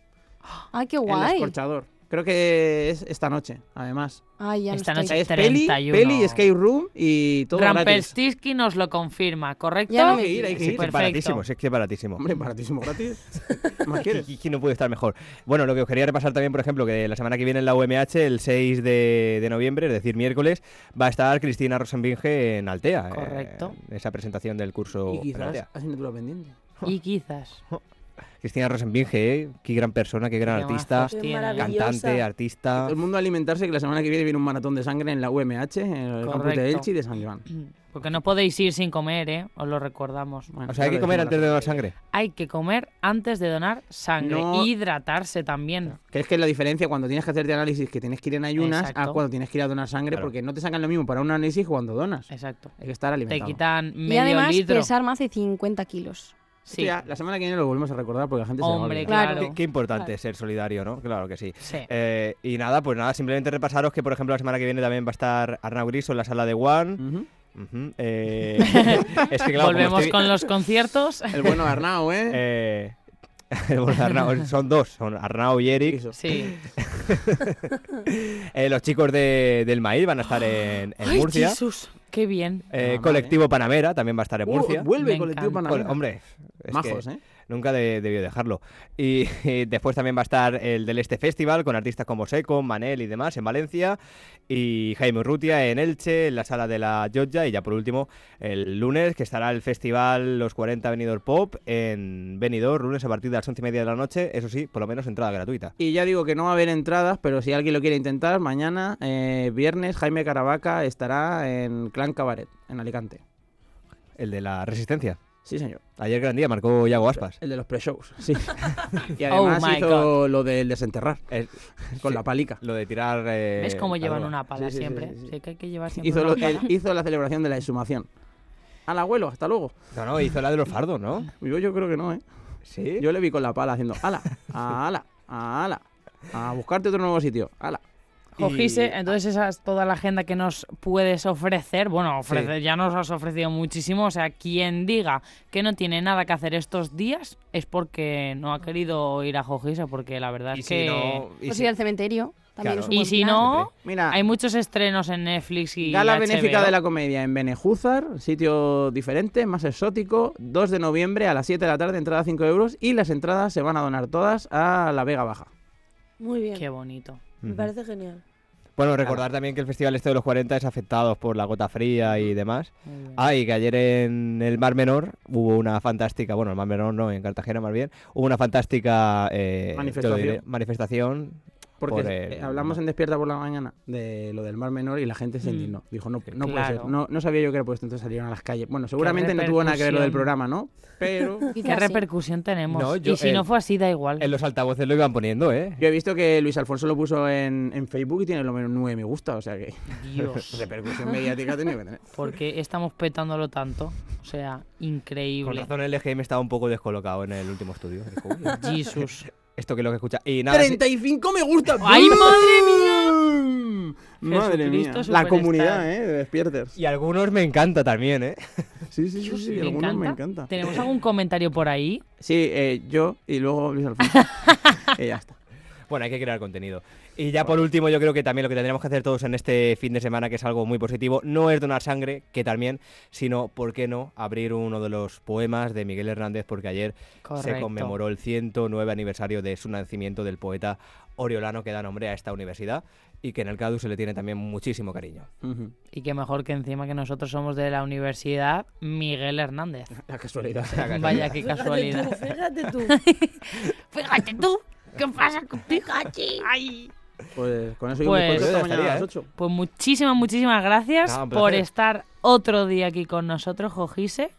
S4: ¡Ah, qué
S3: El
S4: guay!
S3: escorchador. Creo que es esta noche, además.
S4: Ay, ya no
S1: Esta
S4: estoy.
S1: noche-
S3: Es peli,
S1: 31.
S3: peli, skate room y todo gratis.
S1: Rampelstiltskin nos lo confirma, ¿correcto?
S4: Ya no me
S3: Hay que ir, hay que
S9: Sí,
S3: ir.
S9: que es
S1: Perfecto.
S9: baratísimo, sí, es que es baratísimo.
S3: Hombre, baratísimo gratis. ¿Qué más quieres?
S9: ¿Quién no puede estar mejor? Bueno, lo que os quería repasar también, por ejemplo, que la semana que viene en la UMH, el 6 de, de noviembre, es decir, miércoles, va a estar Cristina Rosenbinge en Altea. eh,
S1: Correcto.
S9: esa presentación del curso
S3: Y
S9: en
S3: quizás
S9: Altea.
S3: asignatura pendiente.
S1: Y quizás.
S9: Cristina Rosenbinge, eh, qué gran persona, qué gran
S1: Qué
S9: artista,
S1: mazos tiene.
S5: maravilla.
S9: cantante,
S5: Maravillosa.
S9: artista.
S3: Todo el mundo a alimentarse que la semana que viene viene un maratón de sangre en la UMH, en el campus
S1: Correcto.
S3: de Elche y de San Joan.
S1: Porque no podéis ir sin comer, ¿eh? Os lo recordamos.
S3: Bueno,
S9: O sea, hay que
S3: claro,
S9: comer
S3: es un
S9: antes de
S3: maratón.
S9: donar sangre.
S1: Hay que comer antes de donar sangre.
S3: No.
S1: Hidratarse también.
S3: Que es que la diferencia cuando tienes que hacerte análisis que tienes que ir en ayunas a
S1: Exacto.
S3: cuando tienes que ir a donar sangre
S9: Claro.
S3: porque no te sacan lo mismo para un análisis que cuando donas.
S9: Eh,
S1: Exacto.
S3: Hay que estar
S1: Te
S3: alimentado.
S1: quitan medio
S4: Y además
S1: litro.
S4: pesar más de 50 kilos.
S3: Esto
S1: Sí.
S3: ya la semana que viene lo volvemos a recordar porque la gente se va a
S1: Hombre,
S3: olvidar.
S1: claro.
S9: Qué, qué importante ser solidario, ¿no? Claro que sí.
S1: Sí.
S9: Eh, y nada, pues nada, simplemente repasaros que, por ejemplo, la semana que viene también va a estar Arnau Griso en la sala de One.
S3: Ujú.
S9: Ujú, eh, es que, claro, como
S1: Volvemos
S9: estoy-
S1: con los conciertos.
S3: El bueno de Arnau, ¿eh?
S9: Eh, bueno, Arnau- son dos, son Arnau y Eric.
S3: Eso.
S1: Sí.
S9: Eh, los chicos de- del Maíz van a estar en, en
S1: ¡Ay,
S9: Murcia.
S1: Jesús! ¡Qué bien!
S9: Eh,
S3: Nada mal,
S9: colectivo Panamera también va a estar en
S3: Uh,
S9: Murcia.
S3: vuelve
S1: Me
S3: colectivo
S1: encanta.
S9: Col-
S3: Panamera.
S9: hombre, es que
S3: Majos, ¿eh?
S9: nunca de- debió dejarlo. Y, y después también va a estar el del Este Festival con artistas como Seco, Manel y demás en Valencia. Y Jaime Urrutia en Elche, en la sala de la Georgia. Y ya por último, el lunes, que estará el festival Los 40 Benidorm Pop en Benidorm, lunes a partir de las 11 y media de la noche. Eso sí, por lo menos entrada gratuita.
S3: Y ya digo que no va a haber entradas, pero si alguien lo quiere intentar, mañana, eh, viernes, Jaime Caravaca estará en Clan Cabaret, en Alicante.
S9: El de la resistencia.
S3: Sí, señor.
S9: Ayer gran día marcó Yago Aspas.
S3: El de los pre-shows. Sí. y
S1: Oh
S3: además
S1: my
S3: hizo lo del desenterrar,
S9: El-
S3: con
S9: sí,
S3: la palica.
S9: Lo de tirar. eh,
S1: ¿Ves cómo llevan
S9: la
S1: una pala
S3: Sí, sí, sí,
S1: siempre?
S3: sí, sí.
S1: Sé que hay que llevar siempre
S3: Hizo, lo-
S1: una pala.
S3: él hizo la celebración de la exhumación. Al abuelo, hasta luego.
S9: No, no, hizo la de los fardos, ¿no?
S3: Yo, yo creo que no, ¿eh?
S9: Sí.
S3: Yo le vi con la pala haciendo ala, ala, ala, a buscarte otro nuevo sitio, ala.
S1: Jojise, entonces esa es toda la agenda que nos puedes ofrecer. Bueno, ofrecer, ya nos has ofrecido muchísimo. O sea, quien diga que no tiene nada que hacer estos días es porque no ha querido ir a Jojise, porque la verdad
S9: Y
S1: es
S9: si
S1: que...
S9: no- y
S4: Pues
S9: si-
S4: ir al cementerio. También
S9: Claro.
S4: es un
S1: Y
S4: buen
S1: si
S4: plan.
S1: no,
S3: Mira,
S1: hay muchos estrenos en Netflix y
S3: Ah. Gala
S1: HBO.
S3: Benéfica de la Comedia en Benejúzar, sitio diferente, más exótico, 2 de noviembre a las 7 de la tarde, entrada 5 euros y las entradas se van a donar todas a la Vega Baja.
S5: Muy bien.
S1: Qué bonito.
S5: Me parece genial.
S9: Bueno, recordar también que el Festival Este de los 40 es afectado por la gota fría y demás. Ah, y que ayer en el Mar Menor hubo una fantástica, bueno, el Mar Menor no, en Cartagena más bien, hubo una fantástica eh,
S3: Manifestación.
S9: yo lo diré, manifestación
S3: Porque
S7: por el-
S3: eh, hablamos en Despierta por la Mañana de lo del Mar Menor y la gente se
S7: Mm.
S3: indignó. Dijo, no, no puede
S7: Claro.
S3: ser, no, no sabía yo que era puesto, entonces salieron a las calles. Bueno, seguramente no tuvo nada que ver lo del
S7: repercusión.
S3: programa, ¿no? Pero...
S1: ¿Qué repercusión tenemos?
S7: No, yo-
S1: y si
S7: eh,
S1: no fue así, da igual.
S7: En los altavoces lo iban poniendo, ¿eh?
S3: Yo he visto que Luis Alfonso lo puso en, en Facebook y tiene lo menos nueve me gusta, o sea que...
S1: Dios.
S3: repercusión mediática ha tenido que tener.
S1: ¿Por qué estamos petándolo tanto? O sea,
S7: Con
S1: increíble.
S7: razón el EGM estaba un poco descolocado en el último estudio. Dijo, "Uy,
S1: Jesús.
S7: Esto que es lo que escucha. Y nada, sí-
S3: 35 me gusta.
S1: ¡Ay,
S3: madre mía! Madre mía.
S7: Jesucristo
S3: La
S7: superstar.
S3: comunidad, ¿eh? De Despierters.
S7: Y algunos me encanta también, ¿eh?
S3: Sí, sí, sí, sí,
S1: Me
S3: algunos me encanta.
S1: ¿Tenemos algún comentario por ahí?
S3: Sí, eh, yo y luego Luis Alfonso. y ya está.
S7: Bueno, hay que crear contenido. Y ya por último, yo creo que también lo que tendríamos que hacer todos en este fin de semana, que es algo muy positivo, no es donar sangre, que también, sino, ¿por qué no?, abrir uno de los poemas de Miguel Hernández, porque ayer se
S1: Correcto.
S7: conmemoró el 109 aniversario de su nacimiento del poeta oriolano que da nombre a esta universidad y que en el CADU se le tiene también muchísimo cariño.
S1: Y que mejor que encima que nosotros somos de la universidad Miguel Hernández.
S3: La casualidad.
S1: Vaya, qué casualidad.
S5: Fíjate tú.
S1: Fíjate tú. ¿Qué pasa contigo, Hachi? Ay.
S3: Pues con eso yo me
S1: Pues,
S3: corto esta mañana a las 8.
S1: pues muchísimas, muchísimas gracias
S3: Nada, un
S1: por
S3: placer.
S1: estar otro día aquí con nosotros, Jojise.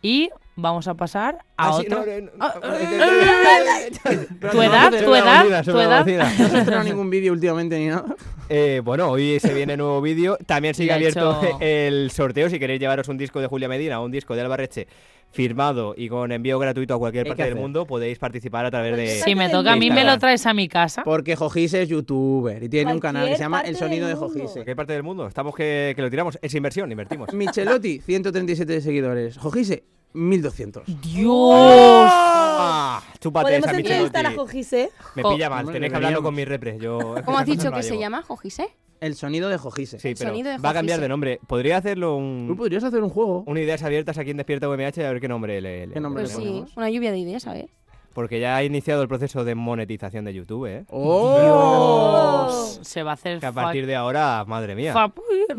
S1: Y vamos a pasar a
S7: Ah, sí,
S1: otro.
S7: no, no,
S1: Ah, eh,
S7: Pero
S1: ¿Tu
S7: no,
S1: edad?
S7: no te
S1: ¿Tu
S7: veo
S1: edad?
S7: aburrida,
S1: ¿Tu
S7: sobre la
S1: edad?
S7: vecina.
S3: No se ha estrenado ningún vídeo últimamente ni nada.
S7: Eh, bueno, hoy se viene nuevo vídeo. También sigue
S3: Ya he
S7: abierto eh,
S3: hecho-
S7: el sorteo. Si queréis llevaros un disco de Julia Medina o un disco de Albarreche firmado y con envío gratuito a cualquier
S3: ¿Qué hay
S7: parte
S3: que
S7: del
S3: hacer?
S7: mundo, podéis participar a través de.
S1: Si me toca a mí, me lo traes a mi casa.
S3: Porque Jojise es youtuber y tiene un canal que se llama El Sonido de Jojise.
S7: ¿Qué parte del mundo? Estamos que, que lo tiramos. Es inversión, invertimos.
S3: Michelotti, 137 seguidores. Jojise, 1200.
S1: ¡Dios!
S9: ¡Oh!
S7: Ah, chúpate
S5: ¿Podemos
S7: esa
S5: entrevistar a ¿eh?
S7: Michelotti.
S5: Jojise?
S7: Me
S3: Jo-
S7: pilla mal,
S3: Hombre,
S7: tenéis
S3: deberíamos.
S7: que hablarlo con mi repre. Yo,
S9: ¿Cómo has
S7: esas
S9: dicho
S7: cosas no
S9: que
S7: las
S9: se
S7: llevo.
S9: llama,
S5: ¿eh?
S9: Jojise?
S3: El sonido de Jojise.
S7: Sí, pero
S9: sonido de
S7: va a cambiar
S9: Jojise.
S7: de nombre. Podría hacerlo un.
S3: Tú podrías hacer un juego.
S7: Unas ideas abiertas aquí en Despierta UMH y a ver qué nombre le. le-
S3: nombre
S7: le
S9: Pues sí,
S7: ponemos.
S9: una lluvia de ideas, a ver.
S7: Porque ya ha iniciado el proceso de monetización de YouTube, ¿eh?
S3: ¡Oh!
S1: Se va a hacer
S7: Que a partir de ahora, madre mía.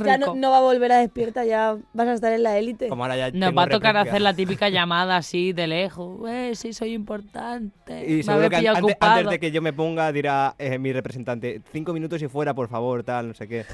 S5: Ya no, no va a volver a despierta, ya vas a estar en la élite.
S7: Como ahora ya
S1: Nos
S7: Eh, tengo
S1: va a tocar
S7: referencia.
S1: hacer la típica llamada así de lejos. Eh, sí, soy importante.
S7: Y
S1: me
S7: seguro
S1: habré
S7: que an-
S1: pillado
S7: antes,
S1: ocupado.
S7: antes de que yo me ponga dirá eh, mi representante cinco minutos y fuera, por favor, tal, no sé qué.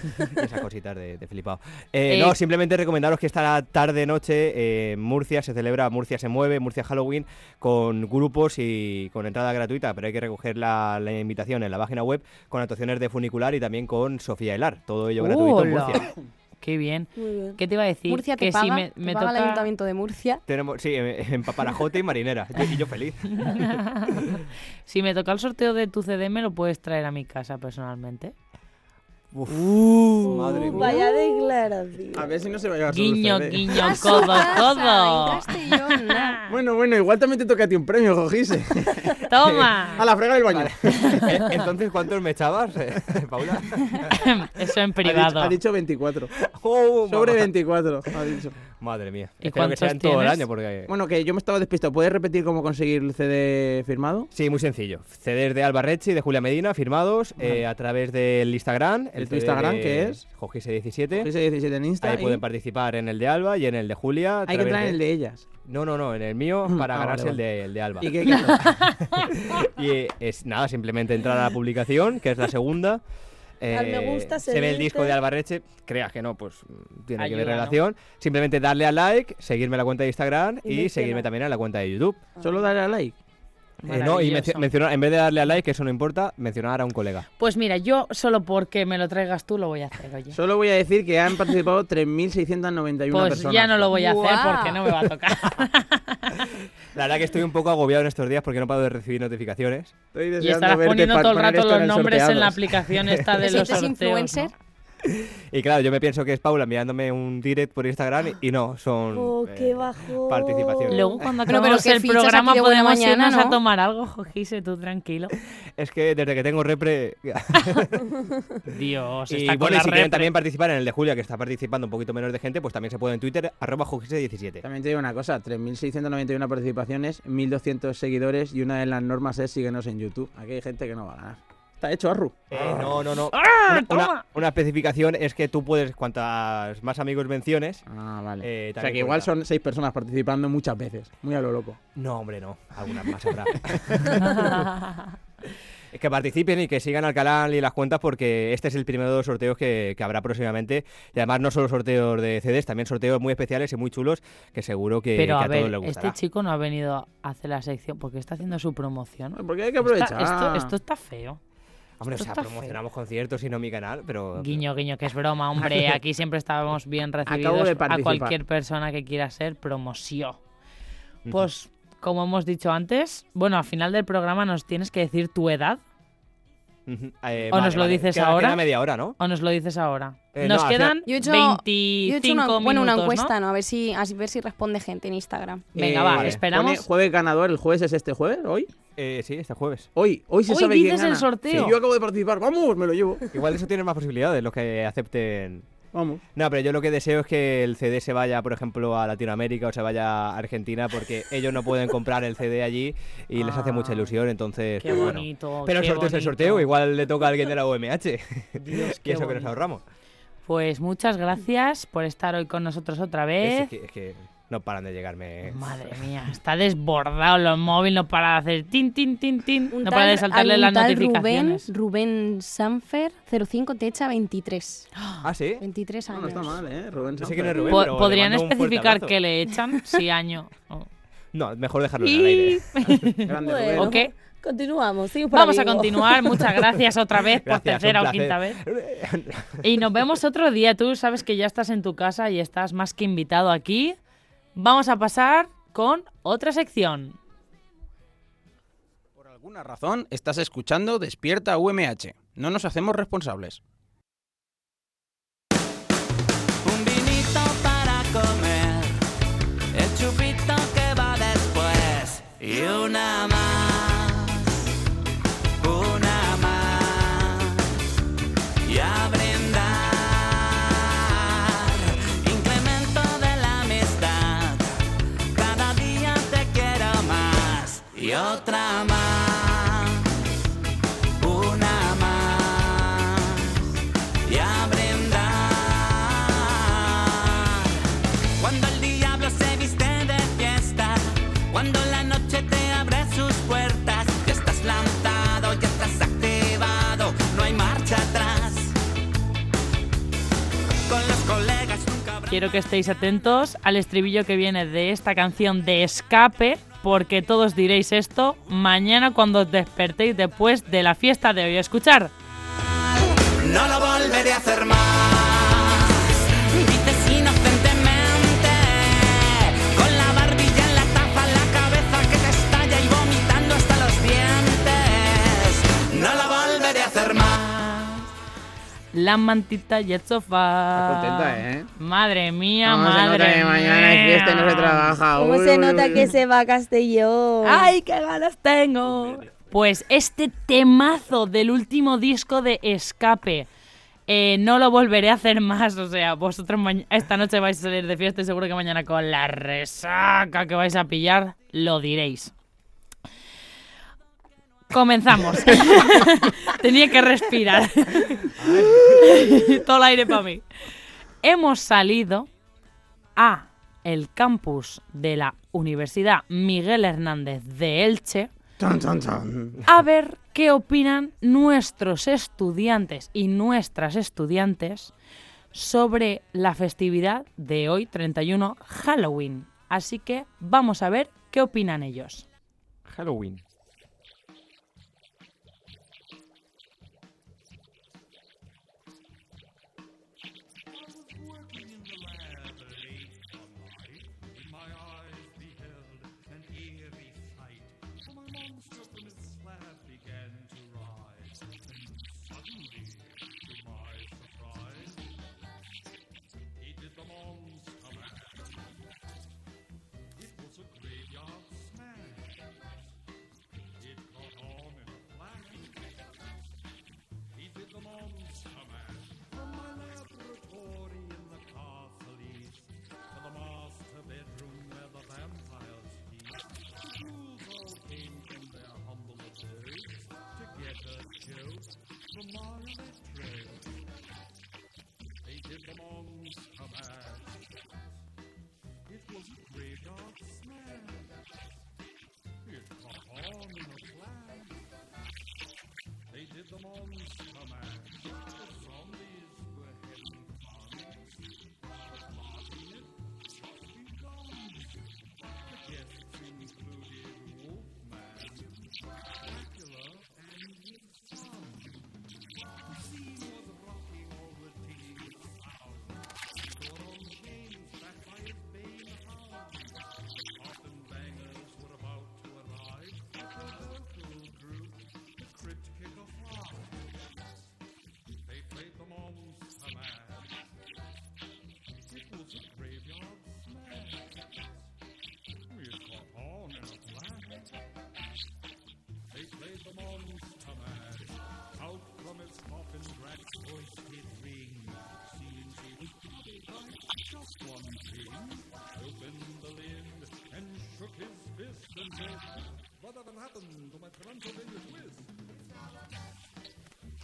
S7: Y Esas cositas de, de flipado. Eh,
S1: Eh.
S7: No, simplemente recomendaros que esta tarde noche eh, en Murcia se celebra Murcia se mueve, Murcia Halloween con grupos y con entrada gratuita, pero hay que recoger la, la invitación en la página web con actuaciones de funicular y también con Sofía Hilar. Todo ello gratuito en
S1: ¡Hola!
S7: Murcia.
S1: Qué bien.
S5: Muy bien.
S1: ¿Qué te iba a decir?
S9: Murcia te
S1: que
S9: paga,
S1: si me,
S9: te
S1: me
S9: paga el
S1: toca-
S9: Ayuntamiento de Murcia.
S7: Tenemos, sí, eh, en, en paparajote y marinera. Yo- Y yo feliz.
S1: si me toca el sorteo de tu CD, me lo puedes traer a mi casa personalmente.
S7: Uf,
S3: madre mía.
S5: Uh, Vaya declaración.
S3: A ver si no se va a llevar solo el
S1: Guiño,
S3: CD.
S1: guiño, codo, codo.
S3: Bueno, bueno, igual también te toca a ti un premio, Jojise.
S1: Toma.
S3: A la frega del baño.
S7: Eh, Entonces, ¿cuántos me echabas, eh, Paula?
S1: Eso
S3: Ha
S1: en
S3: dicho,
S1: privado.
S3: ha dicho 24.
S7: Oh,
S3: Sobre
S7: mamá.
S3: 24, ha dicho.
S7: Madre mía.
S1: ¿Y
S7: Espero que
S1: cuántos
S7: sean todo el
S1: tienes?
S7: año porque...
S3: Bueno, que yo me estaba despistado. ¿Puedes repetir cómo conseguir el CD firmado?
S7: Sí, muy sencillo. CDs de Alba Rechi y de Julia Medina firmados eh, a través del Instagram.
S3: ¿De tu Instagram, qué es?
S7: Jojise17.
S3: Jojise 17 en Insta.
S7: Ahí
S3: y
S7: pueden participar en el de Alba y en el de Julia. a
S3: Hay que
S7: través
S3: entrar en
S7: de-
S3: el de ellas.
S7: No, no, no, en el mío para
S3: Ah, vale,
S7: ganarse
S3: vale.
S7: El, de, el de Alba.
S3: ¿Y qué hay que hacer?
S7: Y eh, es nada, simplemente entrar a la publicación, que es la segunda.
S5: Dar me gusta,
S7: se ve el
S5: seguirte.
S7: disco de Albarreche, creas que no, pues mm, tiene que ver
S1: Ayuda, ¿no?
S7: relación. Simplemente darle a like, seguirme a la cuenta de Instagram
S5: Y mencionar.
S7: y seguirme también a la cuenta de YouTube.
S3: Solo darle a like.
S7: Eh, no, y mencio-
S1: Maravilloso.
S7: mencionar, en vez de darle a like, que eso no importa, mencionar a un colega.
S1: Pues mira, yo solo porque me lo traigas tú lo voy a hacer, oye.
S3: Solo voy a decir que han participado 3.691
S1: Pues
S3: personas.
S1: ya no lo voy a hacer
S9: Guau.
S1: porque no me va a tocar.
S7: La verdad que estoy un poco agobiado en estos días porque no paro de recibir notificaciones.
S3: Estoy
S1: Y
S3: deseando
S1: estarás
S3: verte
S1: poniendo
S3: pa-
S1: todo el
S3: poner
S1: rato
S3: esto
S1: los
S3: el
S1: nombres en la
S3: sorteados.
S1: aplicación esta de
S9: ¿Te
S1: los
S9: sientes
S1: sorteos.
S9: influencer?
S1: ¿no?
S7: Y claro, yo me pienso que es Paula enviándome un direct por Instagram y, y no, son
S5: Oh,
S7: eh,
S5: qué bajo.
S7: participaciones.
S1: Luego cuando
S9: Bueno, pero
S1: acabemos
S9: que
S1: el
S9: fichas aquí
S1: programa
S9: de buena
S1: podemos
S9: mañana,
S1: irnos a
S9: ¿no?
S1: tomar algo, Jojise, tú tranquilo.
S7: Es que desde que tengo repre...
S1: Dios,
S7: y
S1: está con
S7: bueno, y
S1: la
S7: si quieren
S1: repre.
S7: también participar en el de Julia, que está participando un poquito menos de gente, pues también se puede en Twitter, arroba
S1: Eh,
S7: jojise17.
S3: También te digo una cosa, 3.691 participaciones, 1.200 seguidores y una de las normas es síguenos en YouTube. Aquí hay gente que no va a ganar. Está hecho, Arru.
S7: Eh, no, no, no.
S1: ¡Ah,
S7: Una-
S1: toma!
S7: Una, una especificación es que tú puedes, cuantas más amigos menciones...
S3: Ah, vale.
S7: eh,
S3: o sea
S7: también
S3: que igual
S7: cuenta.
S3: son seis personas participando muchas veces. Muy a lo loco.
S7: No, hombre, no. Algunas más habrá. que participen y que sigan al canal y las cuentas porque este es el primero de los sorteos que, que habrá próximamente. Y además no solo sorteos de CDs, también sorteos muy especiales y muy chulos que seguro
S9: Eh,
S7: que,
S1: Pero
S7: que
S1: a,
S7: a, todos
S1: ver,
S7: les gustará.
S1: este chico no ha venido a hacer la sección porque está haciendo su promoción.
S9: Porque hay que
S1: Está-
S9: aprovechar.
S1: esto, esto está feo.
S7: Hombre, o
S1: esto
S7: sea,
S1: está
S7: promocionamos conciertos y no mi canal, pero...
S1: Guiño, guiño, que es broma, hombre. Aquí siempre estábamos bien
S7: Acabo
S1: recibidos
S7: de
S1: a
S7: participar.
S1: cualquier persona que quiera ser promoción. Pues, como hemos dicho antes, bueno, al final del programa nos tienes que decir tu edad.
S7: Ujú, eh,
S1: ¿O
S7: vale,
S1: nos lo
S7: vale.
S1: dices
S7: Queda-
S1: ahora?
S7: queda media hora, ¿no?
S1: ¿O nos lo dices ahora?
S7: Eh,
S1: nos
S7: no, al
S1: quedan
S7: final-
S5: Yo he hecho,
S1: 25
S5: yo he hecho una,
S1: minutos,
S5: bueno, una
S1: ¿no?
S5: encuesta, ¿no? A ver si a ver si responde gente en Instagram.
S1: Venga, va, esperamos.
S9: pone jueves ganador, el jueves es este jueves, hoy.
S7: Eh, sí, este jueves.
S9: Hoy, hoy se
S1: Hoy
S9: sabe quién
S1: dices el
S9: gana.
S1: sorteo.
S9: Sí, yo acabo de participar, vamos, me lo llevo.
S7: Igual eso tiene más posibilidades, los que acepten.
S9: Vamos.
S7: No, pero yo lo que deseo es que el CD se vaya, por ejemplo, a Latinoamérica o se vaya a Argentina, porque ellos no pueden comprar el CD allí y les hace mucha ilusión, entonces.
S1: Qué
S7: pues bueno.
S1: bonito.
S7: Pero el
S1: qué
S7: sorteo es el
S1: bonito.
S7: sorteo, igual le toca a alguien de la OMH.
S1: Dios,
S7: que
S1: qué
S7: eso que nos
S1: bonito.
S7: ahorramos.
S1: Pues muchas gracias por estar hoy con nosotros otra
S7: Es,
S1: vez.
S7: que, es que no paran de llegarme.
S1: Madre mía, está desbordado los móviles, no para de hacer tin, tin, tin, tin.
S5: Un
S1: no para de
S5: tal-
S1: saltarle
S5: algún
S1: las
S5: tal
S1: notificaciones.
S5: Rubén, Rubén Sanfer, 05 Techa 23.
S7: Ah, sí.
S5: 23 años.
S9: No está mal, ¿eh? Rubén
S7: No sé
S9: Sanfer.
S7: quién es Rubén,
S1: Po-
S7: pero le
S1: ¿Podrían
S7: mando un fuerte
S1: especificar
S7: abrazo.
S1: qué le echan? Si año. o-
S7: No, mejor dejarlo en el aire.
S12: Bueno,
S9: Grande Rubén.
S1: ¿O qué?
S12: Continuamos, sí, por
S1: Vamos a
S12: amigo.
S1: continuar. Muchas gracias otra vez por
S7: Gracias,
S1: tercera
S7: un
S1: o quinta vez.
S7: placer.
S1: Y nos vemos otro día. Tú sabes que ya estás en tu casa y estás más que invitado aquí. Vamos a pasar con otra sección.
S3: Por alguna razón, estás escuchando Despierta UMH. No nos hacemos responsables.
S6: Un vinito para comer, el chupito que va después y una más, una más y a brindar. Incremento de la amistad, cada día te quiero más y otra más, una más y a brindar. Cuando el diablo se viste de fiesta, cuando la noche te abre sus puertas, ya estás lanzado, ya estás activado, no hay marcha atrás. Con los colegas nunca habrá.
S1: Quiero que estéis atentos al estribillo que viene de esta canción de Escape, porque todos diréis esto mañana cuando os despertéis después de la fiesta de hoy. Escuchar.
S6: No lo volveré a hacer más. Dices inocentemente, con la barbilla en la tapa, la cabeza que te estalla y vomitando hasta los dientes. No lo volveré a hacer más.
S1: La mantita y el sofá.
S9: Está contenta, ¿eh?
S1: Madre mía,
S9: Vamos, se nota
S1: madre
S9: que
S1: mía.
S9: mañana es fiesta y no se trabaja.
S12: ¿Cómo
S9: Uy,
S12: se
S9: uy,
S12: nota
S9: uy.
S12: que se va a Castellón?
S1: ¡Ay, qué ganas tengo! Pues este temazo del último disco de Escape. eh, no lo volveré a hacer más, o sea, vosotros maña- esta noche vais a salir de fiesta y seguro que mañana con la resaca que vais a pillar, lo diréis. Comenzamos. Tenía que respirar. Todo el aire para mí. Hemos salido a el campus de la Universidad Miguel Hernández de Elche
S9: Chan, chan, chan.
S1: a ver qué opinan nuestros estudiantes y nuestras estudiantes sobre la festividad de hoy 31 Halloween. Así que vamos a ver qué opinan ellos.
S7: Halloween.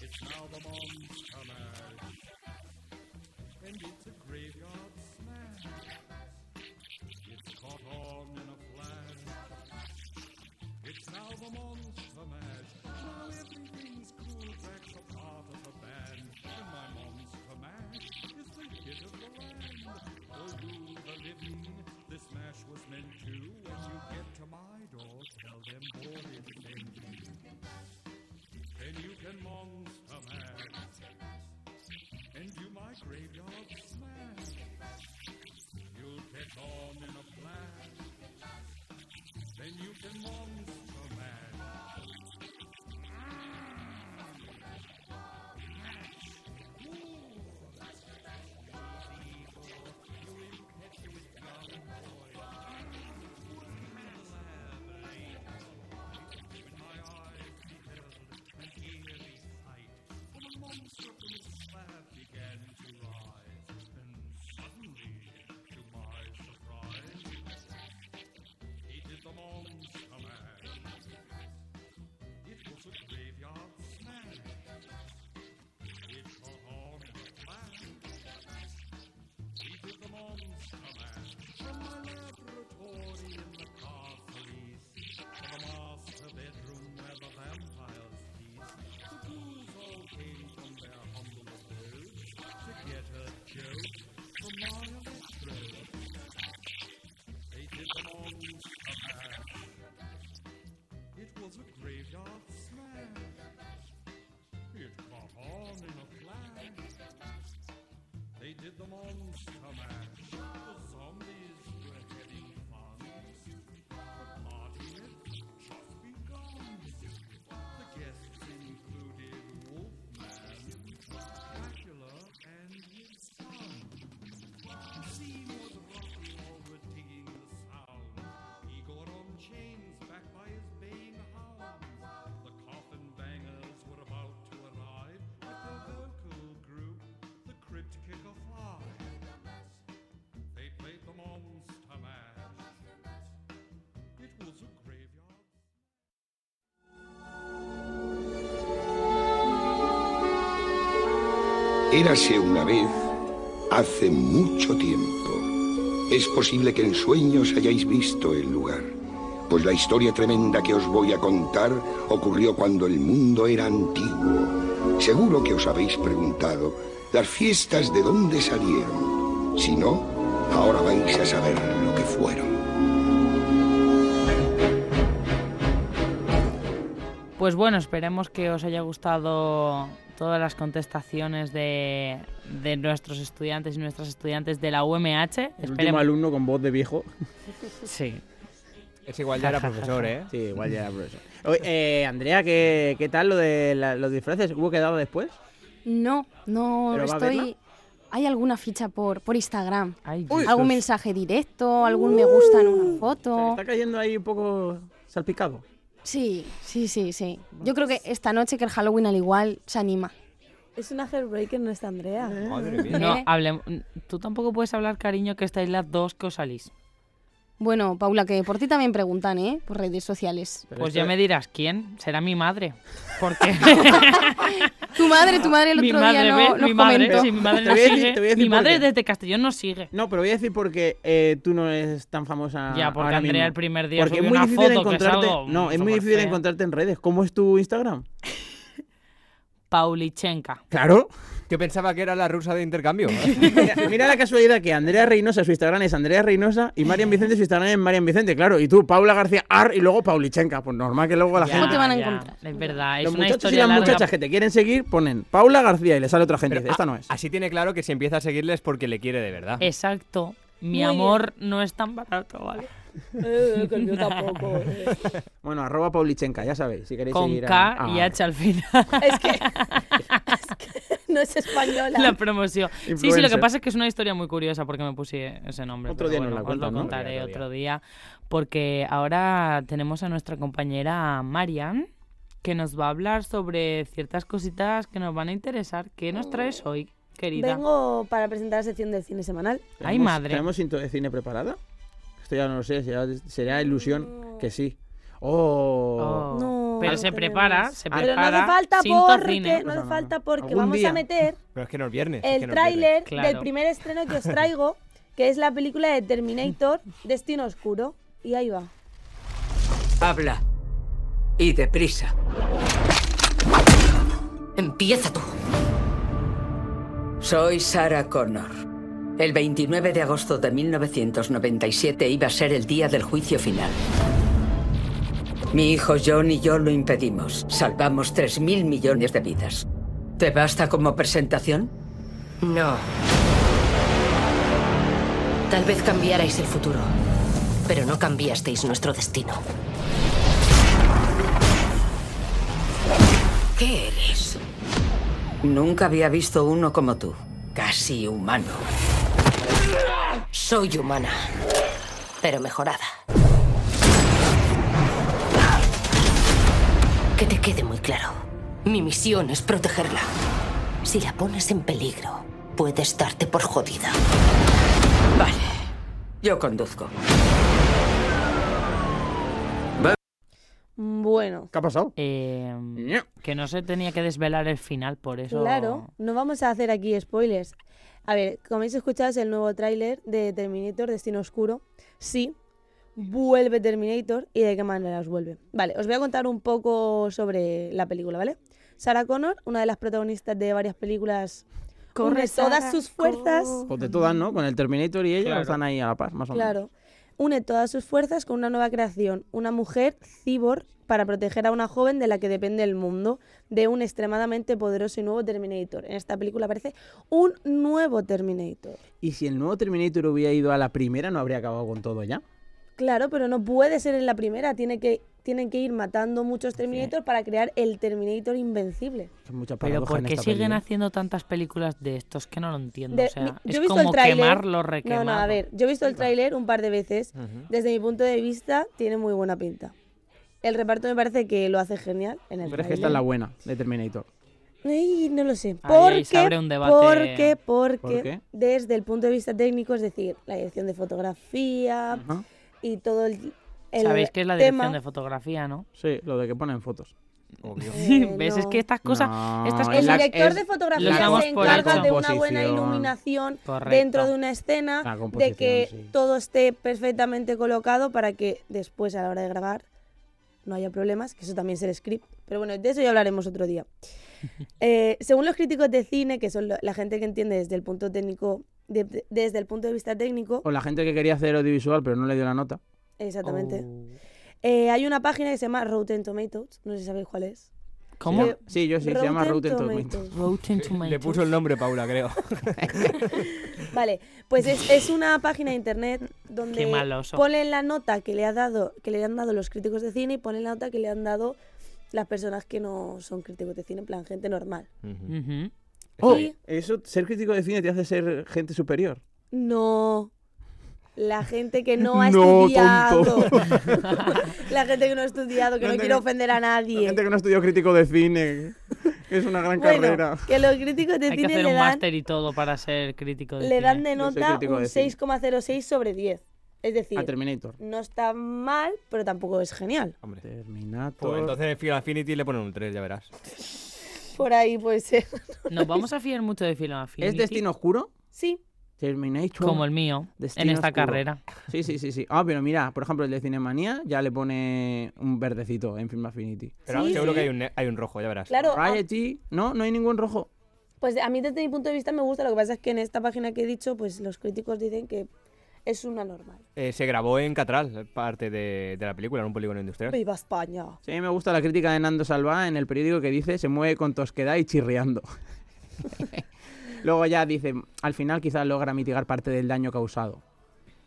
S13: It's now the monster mash, and it's a graveyard smash. It's caught on in a flash. It's now the monster mash. Now everything's cool. Jack's a part of the band, and my monster mash is the hit of the land. Oh, rule the living. This mash was meant to. When you get to my door, tell them boys sent you. Then you can monster mash and do my graveyard smash. You'll catch on in a flash. Then you can monster mash. slab began to rise, and suddenly, to my surprise, he did the monster mash. It was a graveyard smash. It caught on in a flash. He did the monster mash from my laboratory in the castle east, to the master bedroom where the vampires feast. The ghouls all came from their humble abodes to get a joke from my electrode. They did the monster mash. It was a graveyard smash. It caught on in a flash. They did the monster mash. The zombies were having fun. The party had just begun. The guests included Wolfman, Dracula, and his son. Seymour the Rock'n'Roll were digging the sound. Igor on chains, backed by his baying hounds. The coffin bangers were about to arrive at their vocal group the crypt kicker fly. They played the monster mash. It was a graveyard.
S6: Érase una vez, hace mucho tiempo. Es posible que en sueños hayáis visto el lugar, pues la historia tremenda que os voy a contar ocurrió cuando el mundo era antiguo. Seguro que os habéis preguntado, ¿las fiestas de dónde salieron? Si no, ahora vais a saber lo que fueron.
S1: Pues bueno, esperemos que os haya gustado todas las contestaciones de, de nuestros estudiantes y nuestras estudiantes de la UMH.
S9: El último
S1: Esperemos.
S9: alumno con voz de viejo.
S1: Sí.
S3: Es igual ya era profesor, ¿eh?
S9: Sí, igual ya era profesor. Oye, eh, Andrea, ¿qué, qué tal lo de la- los disfraces? ¿Hubo quedado después?
S5: No, no
S9: ¿Pero va a verla?
S5: estoy. ¿Hay alguna ficha por, por Instagram?
S9: Uy.
S5: ¿Algún
S9: Jesús.
S5: mensaje directo? ¿Algún me gusta en una foto?
S9: Está cayendo ahí un poco salpicado.
S5: Sí, sí, sí, sí. Yo creo que esta noche, que el Halloween al igual, se anima.
S14: Es una hairbreaker nuestra Andrea.
S5: Madre mía.
S1: No,
S5: ¿Eh?
S1: hablem- Tú tampoco puedes hablar, cariño, que estáis las dos que os salís.
S5: Bueno, Paula, que por ti también preguntan, ¿eh? Por redes sociales.
S1: pues ya me dirás quién. Será mi madre. Porque.
S5: Tu madre, tu madre el
S1: mi
S5: otro
S1: madre,
S5: día
S1: ¿ves?
S5: no, nos
S1: mi madre,
S5: comentó.
S1: sí, mi madre
S9: Te
S1: no
S9: voy a decir-
S1: sigue.
S9: te voy a decir
S1: mi
S9: por
S1: madre
S9: qué.
S1: desde Castellón no sigue.
S9: No, pero voy a decir porque eh, tú no eres tan famosa.
S1: Ya, porque
S9: Ah, ahora
S1: Andrea
S9: mismo.
S1: el primer día
S9: Porque es
S1: subió
S9: muy
S1: una
S9: difícil
S1: foto que es
S9: encontrarte.
S1: algo
S9: no, es muy
S1: súper
S9: difícil
S1: fea.
S9: encontrarte en redes. ¿Cómo es tu Instagram?
S1: Paulichenka.
S9: Claro.
S3: Que pensaba que era la rusa de intercambio.
S9: Mira, mira la casualidad que Andrea Reynosa, su Instagram es Andrea Reynosa y Marian Vicente, su Instagram es Marian Vicente, claro. Y tú, Paula García Ar y luego Paulichenka. Pues normal que luego la
S1: Ya,
S9: gente.
S1: ya, Es verdad, es
S9: Los
S1: una
S9: muchachos y
S1: historia
S9: las
S1: larga.
S9: muchachas que te quieren seguir ponen Paula García y le sale otra gente.
S3: Pero ah.
S9: y dice,
S1: ah,
S9: Esta no es.
S3: Así tiene claro que si empieza a seguirles porque le quiere de verdad.
S1: Exacto. Mi
S14: Muy
S1: amor no es tan barato, ¿vale?
S14: Eh, que el mío tampoco. eh.
S9: Bueno, arroba Paulichenka, ya sabéis, si queréis
S1: Con
S9: seguir. a-
S1: K
S9: Ah,
S1: y H al final.
S14: Es que, es que no es española.
S1: la promoción. Sí, sí, lo que
S9: Influencer.
S1: pasa es que es una historia muy curiosa porque me puse ese nombre.
S9: Otro
S1: pero
S9: día nos
S1: bueno,
S9: la
S1: os lo
S9: cuentas, ¿no?
S1: contaré otro día. Porque ahora tenemos a nuestra compañera Marian que nos va a hablar sobre ciertas cositas que nos van a interesar. ¿Qué nos traes hoy, querida?
S5: Oh. Vengo para presentar la sección del cine semanal.
S1: Ay, madre.
S3: ¿Tenemos cinto de cine preparada? Esto ya no lo sé, será, será ilusión que sí. ¡Oh!
S5: No,
S1: Pero se prepara, se
S5: Pero no
S1: prepara.
S5: hace falta
S1: cinto
S5: porque,
S1: cine.
S5: no hace falta porque
S9: Algún
S5: vamos
S9: día.
S5: a meter
S9: Pero es que no es viernes. es que no
S5: el
S9: es viernes.
S5: tráiler del primer estreno que os traigo, que es la película de Terminator, Destino Oscuro. Y ahí va.
S15: Habla. Y deprisa. Empieza tú. Soy Sarah Connor. El 29 de agosto de 1997 iba a ser el día del juicio final. Mi hijo John y yo lo impedimos. Salvamos 3.000 millones de vidas. ¿Te basta como presentación? No.
S16: Tal vez cambiarais el futuro, pero no cambiasteis nuestro destino.
S15: ¿Qué eres? Nunca había visto uno como tú. Casi humano.
S16: Soy humana, pero mejorada. Que te quede muy claro. Mi misión es protegerla. Si la pones en peligro, puedes darte por jodida.
S15: Yo conduzco.
S5: Bueno.
S3: ¿Qué ha pasado?
S1: eh, que no se tenía que desvelar el final, por eso.
S5: Claro, no vamos a hacer aquí spoilers. A ver, como habéis escuchado es el nuevo tráiler de Terminator Destino Oscuro. Sí, vuelve Terminator y de qué manera os vuelve. Vale, os voy a contar un poco sobre la película, ¿vale? Sarah Connor, una de las protagonistas de varias películas,
S4: Corre,
S5: une todas
S4: Sarah,
S5: sus fuerzas.
S9: Pues
S3: O de todas, ¿no? Con el Terminator y ella
S5: Claro.
S3: están ahí a la par, más o menos.
S5: Claro. Une todas sus fuerzas con una nueva creación, una mujer cyborg para proteger a una joven de la que depende el mundo, de un extremadamente poderoso y nuevo Terminator. En esta película aparece un nuevo Terminator.
S3: Y si el nuevo Terminator hubiera ido a la primera, no habría acabado con todo ya.
S5: Claro, pero no puede ser en la primera, tiene que, tienen que ir matando muchos Terminator para crear el Terminator invencible.
S3: Hay mucha
S1: Pero
S3: paradoja
S1: ¿por
S3: en
S1: qué
S3: esta
S1: siguen
S3: peli, ¿eh?
S1: haciendo tantas películas de estos que no lo entiendo?
S5: De-
S1: o sea,
S5: mi- yo he
S1: es
S5: visto
S1: como
S5: el tráiler-
S1: quemarlo,
S5: No,
S1: requemarlo.
S5: no, a ver, yo he visto el tráiler un par de veces.
S1: Ujú.
S5: Desde mi punto de vista, tiene muy buena pinta. El reparto me parece que lo hace genial en el
S3: Pero es que
S5: tráiler.
S3: esta es la buena de Terminator.
S5: Ay, no lo sé.
S3: Ahí
S5: Porque,
S3: se abre un debate.
S5: porque, porque,
S3: ¿Por qué?
S5: desde el punto de vista técnico, es decir, la dirección de fotografía
S3: Ajá.
S5: y todo el, el
S1: Sabéis que es la
S5: tema.
S1: dirección de fotografía, ¿no?
S3: Sí, lo de que ponen fotos.
S1: Obvio.
S5: Eh,
S1: ¿Ves? Es
S5: no.
S1: que estas cosas.
S3: No,
S1: estas
S3: es
S1: cosas
S5: El
S3: la-
S5: director
S3: es
S5: de
S3: la
S5: fotografía se
S3: composición.
S5: encarga de una buena
S3: Composición.
S5: iluminación
S3: Correcto.
S5: dentro de una escena,
S3: La
S5: de
S3: composición,
S5: que
S3: sí.
S5: todo esté perfectamente colocado para que después a la hora de grabar no haya problemas, que eso también es el script. Pero bueno, de eso ya hablaremos otro día. Eh, según los críticos de cine, que son lo- la gente que entiende desde el punto técnico, de- de- desde el punto de vista técnico,
S3: O la gente que quería hacer audiovisual pero no le dio la nota.
S5: exactamente.
S3: Oh.
S1: Oh.
S5: eh, hay una página que se llama Rotten Tomatoes, no sé si sabéis cuál es.
S3: ¿Cómo?
S5: Eh,
S3: Sí, yo sí, se llama Rotten Tomatoes.
S1: Rotten
S9: Le puso el nombre Paula, creo.
S5: Vale, pues es, es una página de internet donde
S1: Qué maloso.
S5: ponen la nota que le ha dado, que le han dado los críticos de cine y ponen la nota que le han dado las personas que no son críticos de cine, en plan gente normal. Este
S3: Oh,
S5: Sí.
S3: eso, ser crítico de cine te hace ser gente superior.
S5: No. La gente que no ha
S3: No,
S5: estudiado.
S3: tonto.
S5: la gente que no ha estudiado, que no,
S3: Gente
S5: quiere
S3: que-
S5: ofender a nadie.
S3: Gente que no estudió crítico de cine, que es una gran
S5: Bueno,
S3: carrera.
S5: que los críticos de
S1: Hay que
S5: cine
S1: hacer
S5: le
S1: un
S5: dan,
S1: máster y todo para ser crítico de
S5: le dan
S1: cine.
S5: de
S3: Yo soy
S5: nota
S3: crítico
S5: un
S3: de cine.
S5: 6,06 sobre 10. Es decir,
S3: A Terminator.
S5: no está mal, pero tampoco es genial.
S3: Terminator.
S9: Pues entonces en Final Affinity le ponen un 3, ya verás.
S5: Por ahí puede ser.
S1: Nos vamos a fiar mucho de Final
S3: ¿Es
S1: Affinity.
S3: Destino Oscuro?
S5: Sí.
S3: Terminator.
S1: Como el mío,
S3: Destino
S1: en esta
S3: Oscuro.
S1: carrera.
S3: Sí, sí, sí, sí. Ah, pero mira, por ejemplo, el de Cinemanía ya le pone un verdecito en Film Affinity.
S9: Pero Sí, seguro sí. que hay un, hay un rojo, ya verás.
S5: Claro, ah.
S3: Variety, no, no hay ningún rojo.
S5: Pues a mí desde mi punto de vista me gusta, lo que pasa es que en esta página que he dicho, pues los críticos dicen que es una normal.
S9: Eh, se grabó en Catral, parte de, de la película, en un polígono industrial.
S5: ¡Viva España!
S3: Sí, me gusta la crítica de Nando Salvá en el periódico que dice se mueve con tosquedad y chirriando. Luego ya dice, al final quizás logra mitigar parte del daño causado.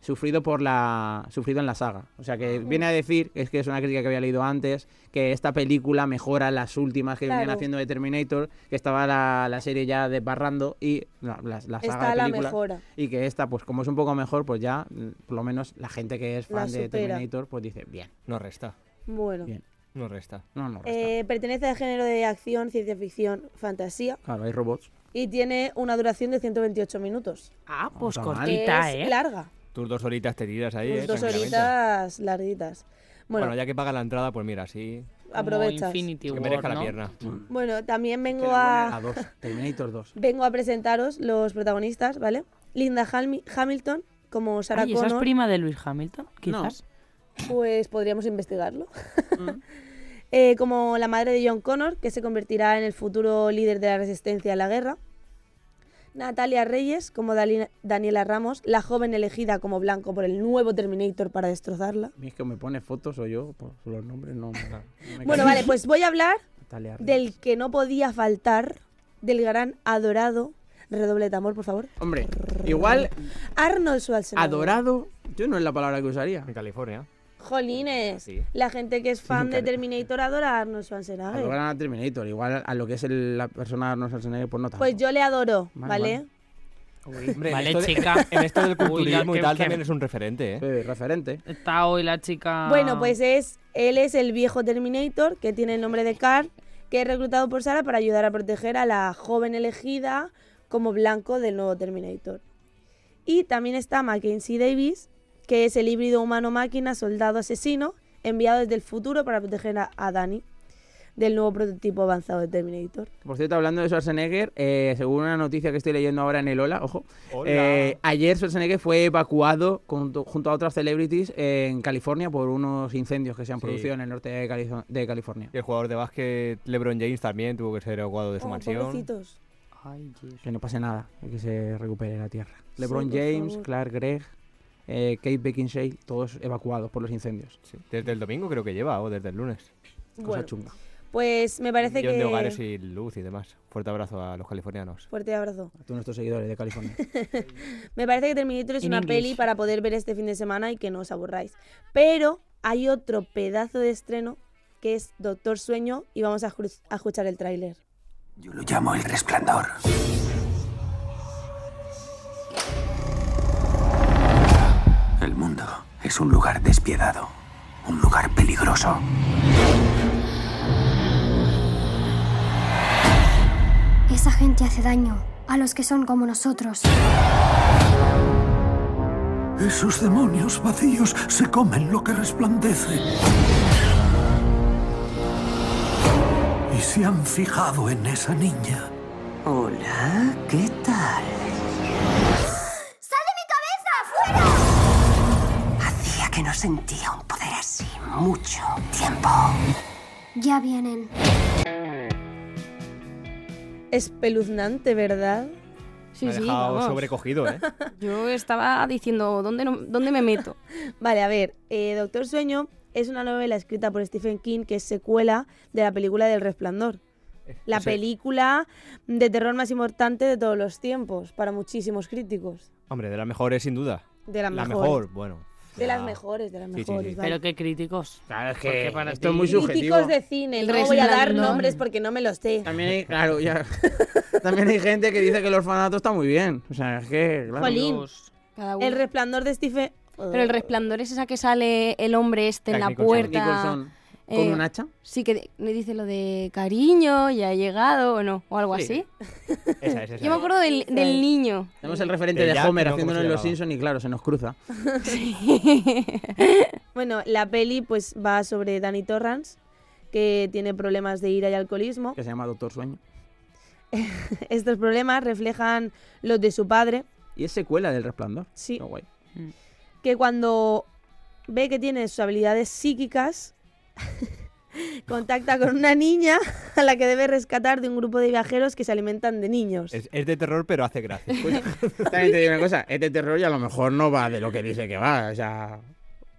S3: Sufrido por la. sufrido en la saga. O sea
S5: Ah.
S3: que viene a decir, es que es una crítica que había leído antes, que esta película mejora las últimas que venían
S5: Claro.
S3: haciendo de Terminator, que estaba la, la serie ya desbarrando y la, la- la saga
S5: Está
S3: de
S5: la
S3: películas,
S5: mejora.
S3: Y que esta, pues como es un poco mejor, pues ya, mm, por lo menos la gente que es
S5: La
S3: fan de
S5: supera.
S3: Terminator, pues dice, bien.
S9: No resta.
S5: Bueno.
S3: Bien.
S9: No resta.
S3: No, no.
S5: Eh, pertenece al género de acción, ciencia ficción, fantasía
S3: Claro, hay robots.
S5: y tiene una duración de 128 minutos.
S1: Ah,
S3: pues está mal.
S5: cortita, ¿eh? larga.
S9: Tus dos horitas te tiras ahí,
S5: Unas
S9: eh,
S5: dos
S9: tranquilamente.
S5: horitas larguitas.
S9: Bueno,
S5: Bueno,
S9: ya que paga la entrada, pues mira, sí.
S5: Aprovechas.
S1: Infinity
S9: que merezca
S1: War,
S9: la
S1: ¿no?
S9: pierna.
S5: bueno, también vengo
S3: A dos. Terminator 2.
S5: Vengo a presentaros los protagonistas, ¿vale? Linda Halmi- Hamilton como Sarah
S1: Ay, ¿esa es
S5: Connor.
S1: prima de Luis Hamilton? Quizás.
S5: Pues podríamos investigarlo.
S3: Mm.
S5: Eh, como la madre de John Connor, que se convertirá en el futuro líder de la resistencia a la guerra. Natalia Reyes como Dali- Daniela Ramos, la joven elegida como blanco por el nuevo Terminator para destrozarla.
S3: A mí es que me pone fotos o yo, por los nombres no. me- no me
S5: Bueno,
S3: cae.
S5: vale, pues voy a hablar
S3: Natalia Reyes.
S5: del que no podía faltar, del gran adorado, redoble de tambor, por favor,
S3: Hombre, igual
S5: Arnold Schwarzenegger.
S3: adorado, yo no es la palabra que usaría.
S9: En California.
S5: Jolines,
S3: Sí.
S5: la gente que es fan de
S3: claro.
S5: Terminator adora a Arnold Schwarzenegger.
S3: Adoran a Terminator, igual a lo que es el- la persona de Arnold Schwarzenegger, pues no tanto.
S5: Pues yo le adoro,
S3: Vale,
S5: ¿vale?
S9: Hombre, en
S1: Vale,
S9: esto de-
S1: chica.
S9: en esto del
S1: Uy, no,
S9: culturismo y
S1: que-
S9: tal
S1: que-
S9: también es un referente, ¿eh?
S3: Sí, referente.
S1: Está hoy la chica.
S5: Bueno, pues es él es el viejo Terminator que tiene el nombre de Carl, que es reclutado por Sara para ayudar a proteger a la joven elegida como blanco del nuevo Terminator. Y también está Mackenzie Davis, que es el híbrido humano-máquina soldado asesino enviado desde el futuro para proteger a, a Dani del nuevo prototipo avanzado de Terminator.
S3: Por cierto, hablando de Schwarzenegger, eh, según una noticia que estoy leyendo ahora en el Hola, ojo, eh, ayer Schwarzenegger fue evacuado junto, junto a otras celebrities en California por unos incendios que se han
S9: Sí.
S3: producido en el norte de, Calizo- de California.
S9: Y el jugador de básquet LeBron James también tuvo que ser evacuado de su mansión.
S5: Oh, Pobrecitos.
S1: Ay, Dios.
S3: Que no pase nada, que se recupere la tierra.
S5: Sí,
S3: LeBron
S5: por
S3: James,
S5: favor.
S3: Clark Gregg, eh, Kate Beckinsale, todos evacuados por los incendios.
S9: Sí, Desde el domingo creo que lleva, o desde el lunes.
S3: Cosa
S5: Bueno,
S3: chunga.
S5: pues me parece
S9: Millón de hogares
S5: que...
S9: sin luz y demás. Fuerte abrazo a los californianos.
S5: Fuerte abrazo.
S3: A todos nuestros seguidores de California.
S5: Me parece que Terminator es
S1: In
S5: una
S1: English.
S5: peli para poder ver este fin de semana y que no os aburráis. Pero hay otro pedazo de estreno que es Doctor Sueño y vamos a, escru- a escuchar el tráiler.
S2: Yo lo llamo el resplandor. El mundo es un lugar despiadado, un lugar peligroso.
S17: Esa gente hace daño a los que son como nosotros.
S2: Esos demonios vacíos se comen lo que resplandece. Y se han fijado en esa niña. Hola, ¿qué tal?
S17: ¡Sal de mi cabeza! ¡Fuera!
S16: Hacía que no sentía un poder así mucho tiempo.
S17: Ya vienen.
S5: Espeluznante, ¿verdad?
S4: Sí,
S9: Me ha
S4: sí,
S9: dejado
S4: vamos.
S9: sobrecogido, ¿eh?
S4: Yo estaba Ah, diciendo, ¿dónde, no- dónde me meto?
S5: Vale, a ver, eh, Doctor Sueño es una novela escrita por Stephen King que es secuela de la película del Resplandor. La
S9: Eh, o sea-
S5: película de terror más importante de todos los tiempos, para muchísimos críticos.
S9: Hombre, de las mejores sin duda.
S5: De las
S9: la
S5: mejores.
S9: mejor, bueno.
S5: De las
S9: ya.
S5: mejores, de las
S9: Sí, sí, sí.
S5: mejores. vale.
S1: Pero qué críticos.
S3: Claro, es
S1: Porque
S3: que
S1: para
S3: esto es
S1: ti-
S3: muy subjetivo.
S5: Críticos de cine,
S4: El
S5: no voy a dar
S4: Resplandor.
S5: nombres porque no me los sé.
S3: También hay, claro, ya. También hay gente que dice que el orfanato está muy bien. O sea, es que, claro.
S5: Jolín.
S1: Dios.
S4: Cada uno.
S5: El resplandor de Stephen.
S4: Pero el resplandor es esa que sale el hombre este en
S9: Jack
S4: la
S9: Nicholson.
S4: puerta.
S3: Nicholson, con
S4: eh,
S3: un hacha.
S4: Sí, que le dice lo de cariño, ya ha llegado o no, o algo
S9: Sí.
S4: así.
S9: Esa es, esa
S4: Yo me
S9: es.
S4: acuerdo del,
S5: Esa
S4: del
S5: es.
S4: niño.
S3: Tenemos el referente
S9: El
S3: de
S9: Jack,
S3: Homer
S9: ¿no? ¿Cómo
S3: haciéndonos
S9: se
S3: los
S9: llamaba?
S3: Simpsons y claro, se nos cruza.
S5: Bueno, la peli pues va sobre Danny Torrance, que tiene problemas de ira y alcoholismo.
S3: Que se llama Doctor Sueño.
S5: Estos problemas reflejan los de su padre,
S3: Y es secuela del Resplandor.
S5: sí,
S3: Qué guay.
S5: que cuando ve que tiene sus habilidades psíquicas, contacta con una niña a la que debe rescatar de un grupo de viajeros que se alimentan de niños.
S9: Es- es de terror, pero hace gracia.
S3: También te digo una cosa, este terror ya a lo mejor no va de lo que dice que va. O sea,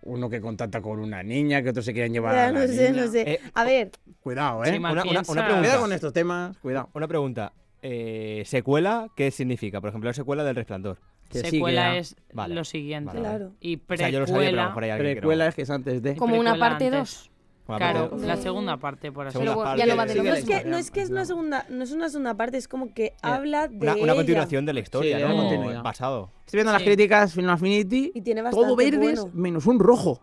S3: uno que contacta con una niña, que otros se quieren llevar
S5: Ya,
S3: a la
S5: no sé,
S3: niña.
S5: no sé.
S9: Eh,
S5: a ver,
S3: Cuidado,
S1: Sí,
S3: ¿eh?
S1: ma-
S9: una, una-
S1: piensa.
S9: una
S3: Cuidado
S9: pregunta.
S3: con estos temas, cuidado.
S9: Una pregunta. Eh, secuela, ¿qué significa? Por ejemplo, la secuela del resplandor.
S3: Que sí,
S1: Secuela
S3: que ya-
S1: es
S9: ah. Vale.
S1: lo siguiente.
S9: Vale, vale.
S5: Claro.
S1: Y
S9: O
S1: precuela.
S9: sea, yo lo sabía, pero a lo mejor hay alguien que no.
S3: Precuela es que es antes de...
S1: y
S4: Como una
S1: precuela
S4: parte
S1: antes.
S4: dos.
S9: Bueno,
S1: Claro,
S9: pero-
S1: la segunda parte, por así
S9: Segunda
S1: decirlo.
S4: Pero
S9: parte
S4: ya lo va de
S5: no
S3: Sigue la
S5: es, que, no
S3: historia. Eh,
S5: es que es una segunda, no es una segunda parte, es como que habla de
S9: Una, una
S5: ella.
S9: continuación de la historia,
S3: Sí,
S9: ¿no?
S3: una
S9: Como
S3: continuidad.
S9: el pasado.
S3: Estoy viendo las
S1: Sí.
S3: críticas Final Affinity.
S5: Y tiene bastante
S3: Todo verdes
S5: bueno.
S3: menos un rojo.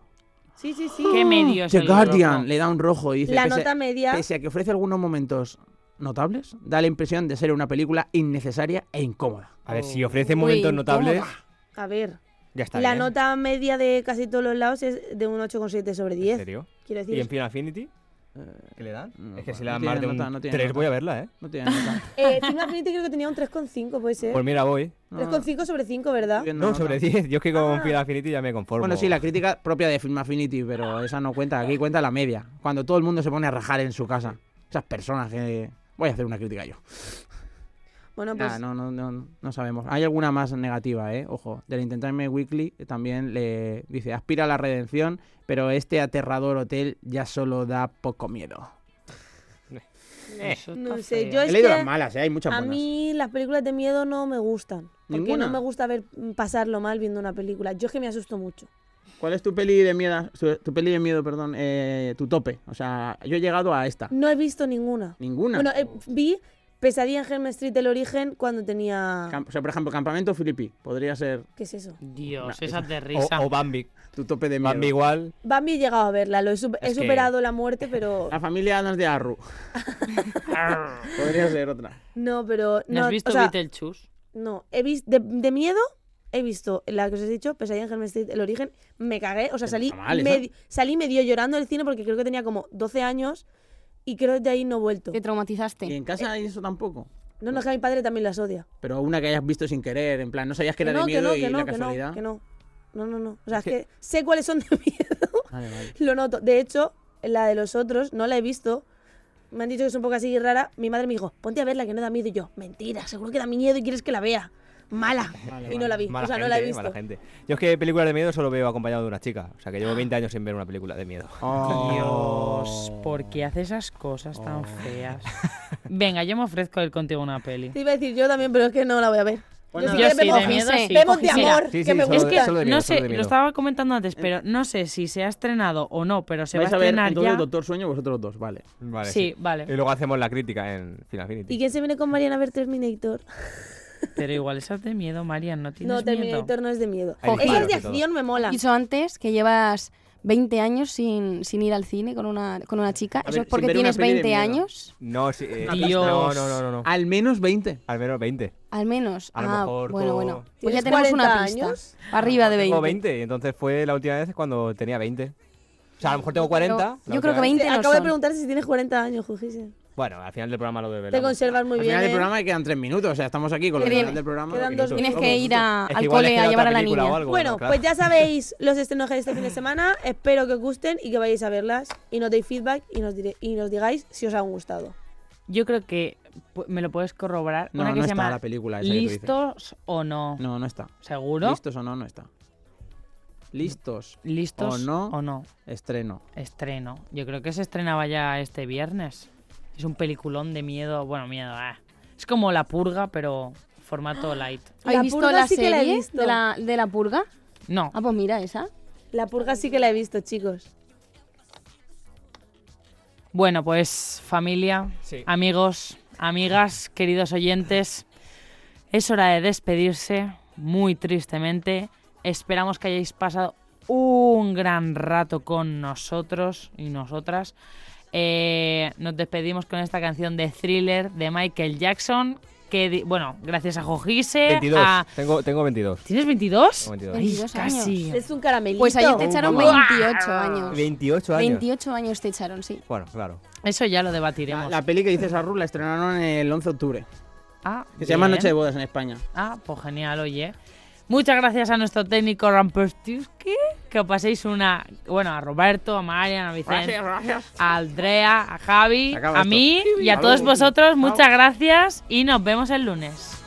S5: Sí, sí, sí.
S1: ¿Qué medios?
S3: The
S1: el
S3: Guardian
S1: rojo?
S3: le da un rojo y dice
S5: La
S3: pese-
S5: nota media-
S3: Pese a que ofrece algunos momentos notables, da la impresión de ser una película innecesaria e incómoda.
S9: A ver, si ofrece momentos notables,
S5: A ver,
S9: ya está. ¿eh?
S5: la
S9: bien.
S5: nota media de casi todos los lados es de un 8,7 sobre 10.
S9: ¿En serio?
S5: Quiero decir,
S9: ¿Y en Final Affinity? ¿Qué le dan? es que si le
S3: Eh, no
S9: dan
S3: tiene
S9: más de un
S3: nota, no tiene
S9: 3
S3: nota.
S9: voy a verla, ¿eh?
S3: No tiene nota.
S5: eh, Film Affinity creo que tenía un 3,5, puede
S3: ¿Eh?
S5: ser.
S9: Pues mira, voy.
S5: 3,5 sobre 5, ¿verdad?
S9: No, sobre 10. Yo es que con Final Affinity ya me conformo.
S3: Ah. Bueno, sí, la crítica propia de Film Affinity, pero esa no cuenta. Aquí cuenta la media. Cuando todo el mundo se pone a rajar en su casa. Esas personas que... Voy a hacer una crítica yo.
S9: Pues
S5: Bueno, pues
S3: Nah, Ah, no, no, no, no sabemos. Hay alguna más negativa, ¿eh? Ojo, del Intentarme Weekly eh, también le dice, aspira a la redención, pero este aterrador hotel ya solo da poco miedo.
S1: Eso está
S5: Eh. no sé.
S1: feo.
S5: Yo
S3: He
S5: es
S3: leído
S5: que
S3: las malas, ¿eh? Hay muchas
S5: A
S3: buenas.
S5: mí las películas de miedo no me gustan. Porque
S3: ¿Ninguna?
S5: no me gusta ver pasarlo mal viendo una película. Yo es que me asusto mucho.
S3: ¿Cuál es tu peli de miedo? Tu, tu peli de miedo, perdón, eh, tu tope. O sea, yo he llegado a esta.
S5: No he visto ninguna.
S3: Ninguna.
S5: Bueno, eh, vi Pesadilla en Helm Street, el origen, cuando tenía...
S3: Cam- o sea, por ejemplo, Campamento Filippi. Podría ser
S5: ¿Qué es eso?
S1: Dios,
S3: Nah,
S1: esas de
S9: O,
S1: risa.
S9: o Bambi.
S3: tu tope de miedo.
S9: Bambi igual.
S5: Bambi he llegado a verla, lo he, supe- he
S9: Es que-
S5: superado la muerte, pero...
S3: La familia Adams de Arru. Podría ser otra.
S5: No, pero...
S1: ¿No
S5: No,
S1: has visto
S5: o sea,
S1: Beetlejuice?
S5: No, he visto... De, de miedo, he visto la que os he dicho, Pesadilla en Helm Street, el origen. Me cagué, o sea, salí,
S3: está mal,
S5: medi-
S3: esa.
S5: salí medio llorando del cine porque creo que tenía como 12 años y creo que de ahí no he vuelto.
S4: Te
S3: Y
S4: traumatizaste.
S3: en casa hay eso tampoco.
S5: No, no, es que a mi padre también las odia.
S3: Pero una que hayas visto sin querer, en plan, no sabías que, era
S5: no,
S3: de miedo
S5: que
S3: y
S5: no,
S3: la
S5: que no, que no,
S3: casualidad.
S5: que no. No, no, no. O sea, es que sé cuáles son de miedo.
S3: Vale, vale.
S5: Lo noto. De hecho, la de los otros no la he visto. Me han dicho que es un poco así rara. Mi madre me dijo, ponte a verla que no da miedo. Y yo, mentira, seguro que da miedo y quieres que la vea. Mala.
S3: Vale,
S5: y no la vi.
S9: Mala
S5: o sea,
S9: gente,
S5: no la he
S9: eh,
S5: visto.
S9: mala gente. Yo es que películas de miedo solo veo acompañado de una chica. O sea, que llevo 20 años sin ver una película de miedo.
S3: Oh.
S1: Dios, ¿por qué hace esas cosas
S9: Oh.
S1: tan feas? Venga, yo me ofrezco el contigo una peli.
S5: Te iba a decir yo también, pero es que no la voy a ver.
S3: Bueno,
S5: si
S1: yo
S5: quieres
S1: sí,
S5: vemos-
S1: de miedo sí.
S5: Vemos de
S1: Mira,
S5: amor,
S9: sí,
S5: que
S9: sí,
S5: me
S9: solo de-
S5: gusta.
S9: solo de miedo,
S1: no
S9: solo
S1: sé,
S9: de
S1: lo
S9: miedo.
S1: estaba comentando antes, pero no sé si se ha estrenado o no, pero se va
S3: Eh.
S1: a
S3: Vais a ver
S1: estrenar
S3: entonces
S1: ya.
S3: Doctor Sueño vosotros dos, vale.
S9: Vale,
S1: Sí, vale.
S9: Y luego hacemos la crítica en Final
S5: ¿Y
S9: Affinity.
S5: quién se viene con Mariana a ver Terminator?
S1: Pero igual esas de miedo, Marian, no tienes
S5: No,
S1: miedo.
S5: Terminator no es de miedo.
S9: Hay
S5: Esas
S9: disparos
S5: de
S9: y todo.
S5: acción me molan.
S4: Dicho antes que llevas 20 años sin, sin ir al cine con una, con una chica.
S3: A
S4: Eso
S3: ver,
S4: es porque
S3: sin ver una
S4: tienes
S3: peli de
S4: 20
S3: miedo.
S4: años,
S9: No, sí. eh,
S1: Dios.
S9: No, no, no, no, no.
S3: Al menos 20.
S9: Al menos 20.
S4: al menos.
S9: A lo
S4: ah,
S9: mejor
S4: bueno,
S9: con-
S4: bueno. Pues ya
S5: ¿Tienes
S4: tenemos una
S5: 40
S4: pista.
S5: años?
S4: Arriba de 20.
S9: Tengo 20, y entonces fue la última vez cuando tenía 20. O sea, a lo mejor tengo 40.
S4: Pero
S9: la
S4: yo creo
S9: última
S4: que
S9: vez.
S4: 20 no
S5: Acabo de
S4: son.
S5: preguntarte si tienes 40 años, Jujise.
S9: Bueno, al final del programa lo
S5: Te
S9: develamos.
S5: conservas
S3: Al
S5: muy bien.
S3: final del
S5: ¿eh?
S3: programa quedan tres minutos, o sea, estamos aquí con lo
S4: Qué
S3: final
S4: bien.
S3: del programa.
S5: Quedan dos
S3: Minutos.
S4: Tienes
S9: Dos
S4: que ir
S9: minutos.
S4: a-
S9: Es que
S4: al
S9: igual
S4: cole
S9: es que
S4: a
S9: era
S4: llevar
S9: otra
S4: a la
S9: película o
S4: niña.
S9: algo,
S5: Bueno,
S9: claro.
S5: pues ya sabéis los estrenos que hay este fin de semana. Espero que os gusten y que vayáis a verlas y nos deis feedback y nos, dire- y nos digáis si os han gustado.
S1: Yo creo que pu- me lo puedes corroborar.
S3: No,
S1: una que
S3: no
S1: se
S3: está
S1: llama
S3: la película esa que tú dices.
S1: ¿Listos o no?
S3: No, no está.
S1: ¿Seguro?
S3: ¿Listos o no? No está. Listos.
S1: ¿Listos
S3: o no?
S1: o no?
S3: Estreno.
S1: Estreno. Yo creo que se estrenaba ya este viernes. Es un peliculón de miedo. Bueno, miedo, ah. Es como La Purga, pero formato light.
S4: ¿Habéis
S5: La
S4: visto
S5: Purga
S4: la
S5: sí que la he
S4: serie
S5: visto.
S4: De, la, de la purga?
S1: No.
S4: Ah, pues mira, esa.
S5: La purga sí que la he visto, chicos.
S1: Bueno, pues familia,
S9: Sí.
S1: amigos, amigas, queridos oyentes, es hora de despedirse, muy tristemente. Esperamos que hayáis pasado un gran rato con nosotros y nosotras. Eh, nos despedimos con esta canción de thriller de Michael Jackson. Que di- bueno, gracias a Jojise.
S9: 22.
S1: a-
S9: Tengo, tengo 22.
S1: ¿Tienes 22?
S9: Tengo 22.
S4: 22
S1: Ay,
S4: años.
S1: casi.
S5: Es un caramelito.
S4: Pues allí te echaron
S9: mamá.
S4: 28 años.
S9: 28 años.
S4: 28 años te echaron, sí.
S9: Bueno, claro.
S1: Eso ya lo
S3: La,
S1: debatiremos.
S3: la peli que dices a la estrenaron el 11 de octubre.
S1: Ah,
S3: Que se llama
S1: bien.
S3: Noche de Bodas en España.
S1: Ah, pues genial, oye. Muchas gracias a nuestro técnico Rampertiuski. Que paséis una. Bueno, a Roberto, a Marian, a Vicente, a Andrea, a Javi,
S3: Se acaba
S1: a
S3: esto.
S1: mí y a
S3: Chao.
S1: todos vosotros. Muchas
S3: Chao.
S1: gracias y nos vemos el lunes.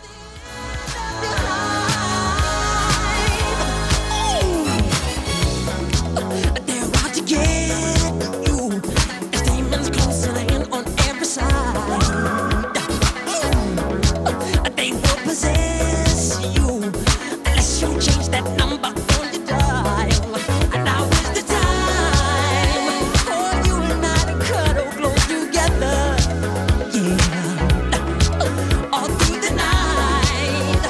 S2: They're out to get you. As demons closing in on every side. They will possess you unless you change that number on your dial. Now is the time for you and I to cuddle close together. Yeah, all through the night.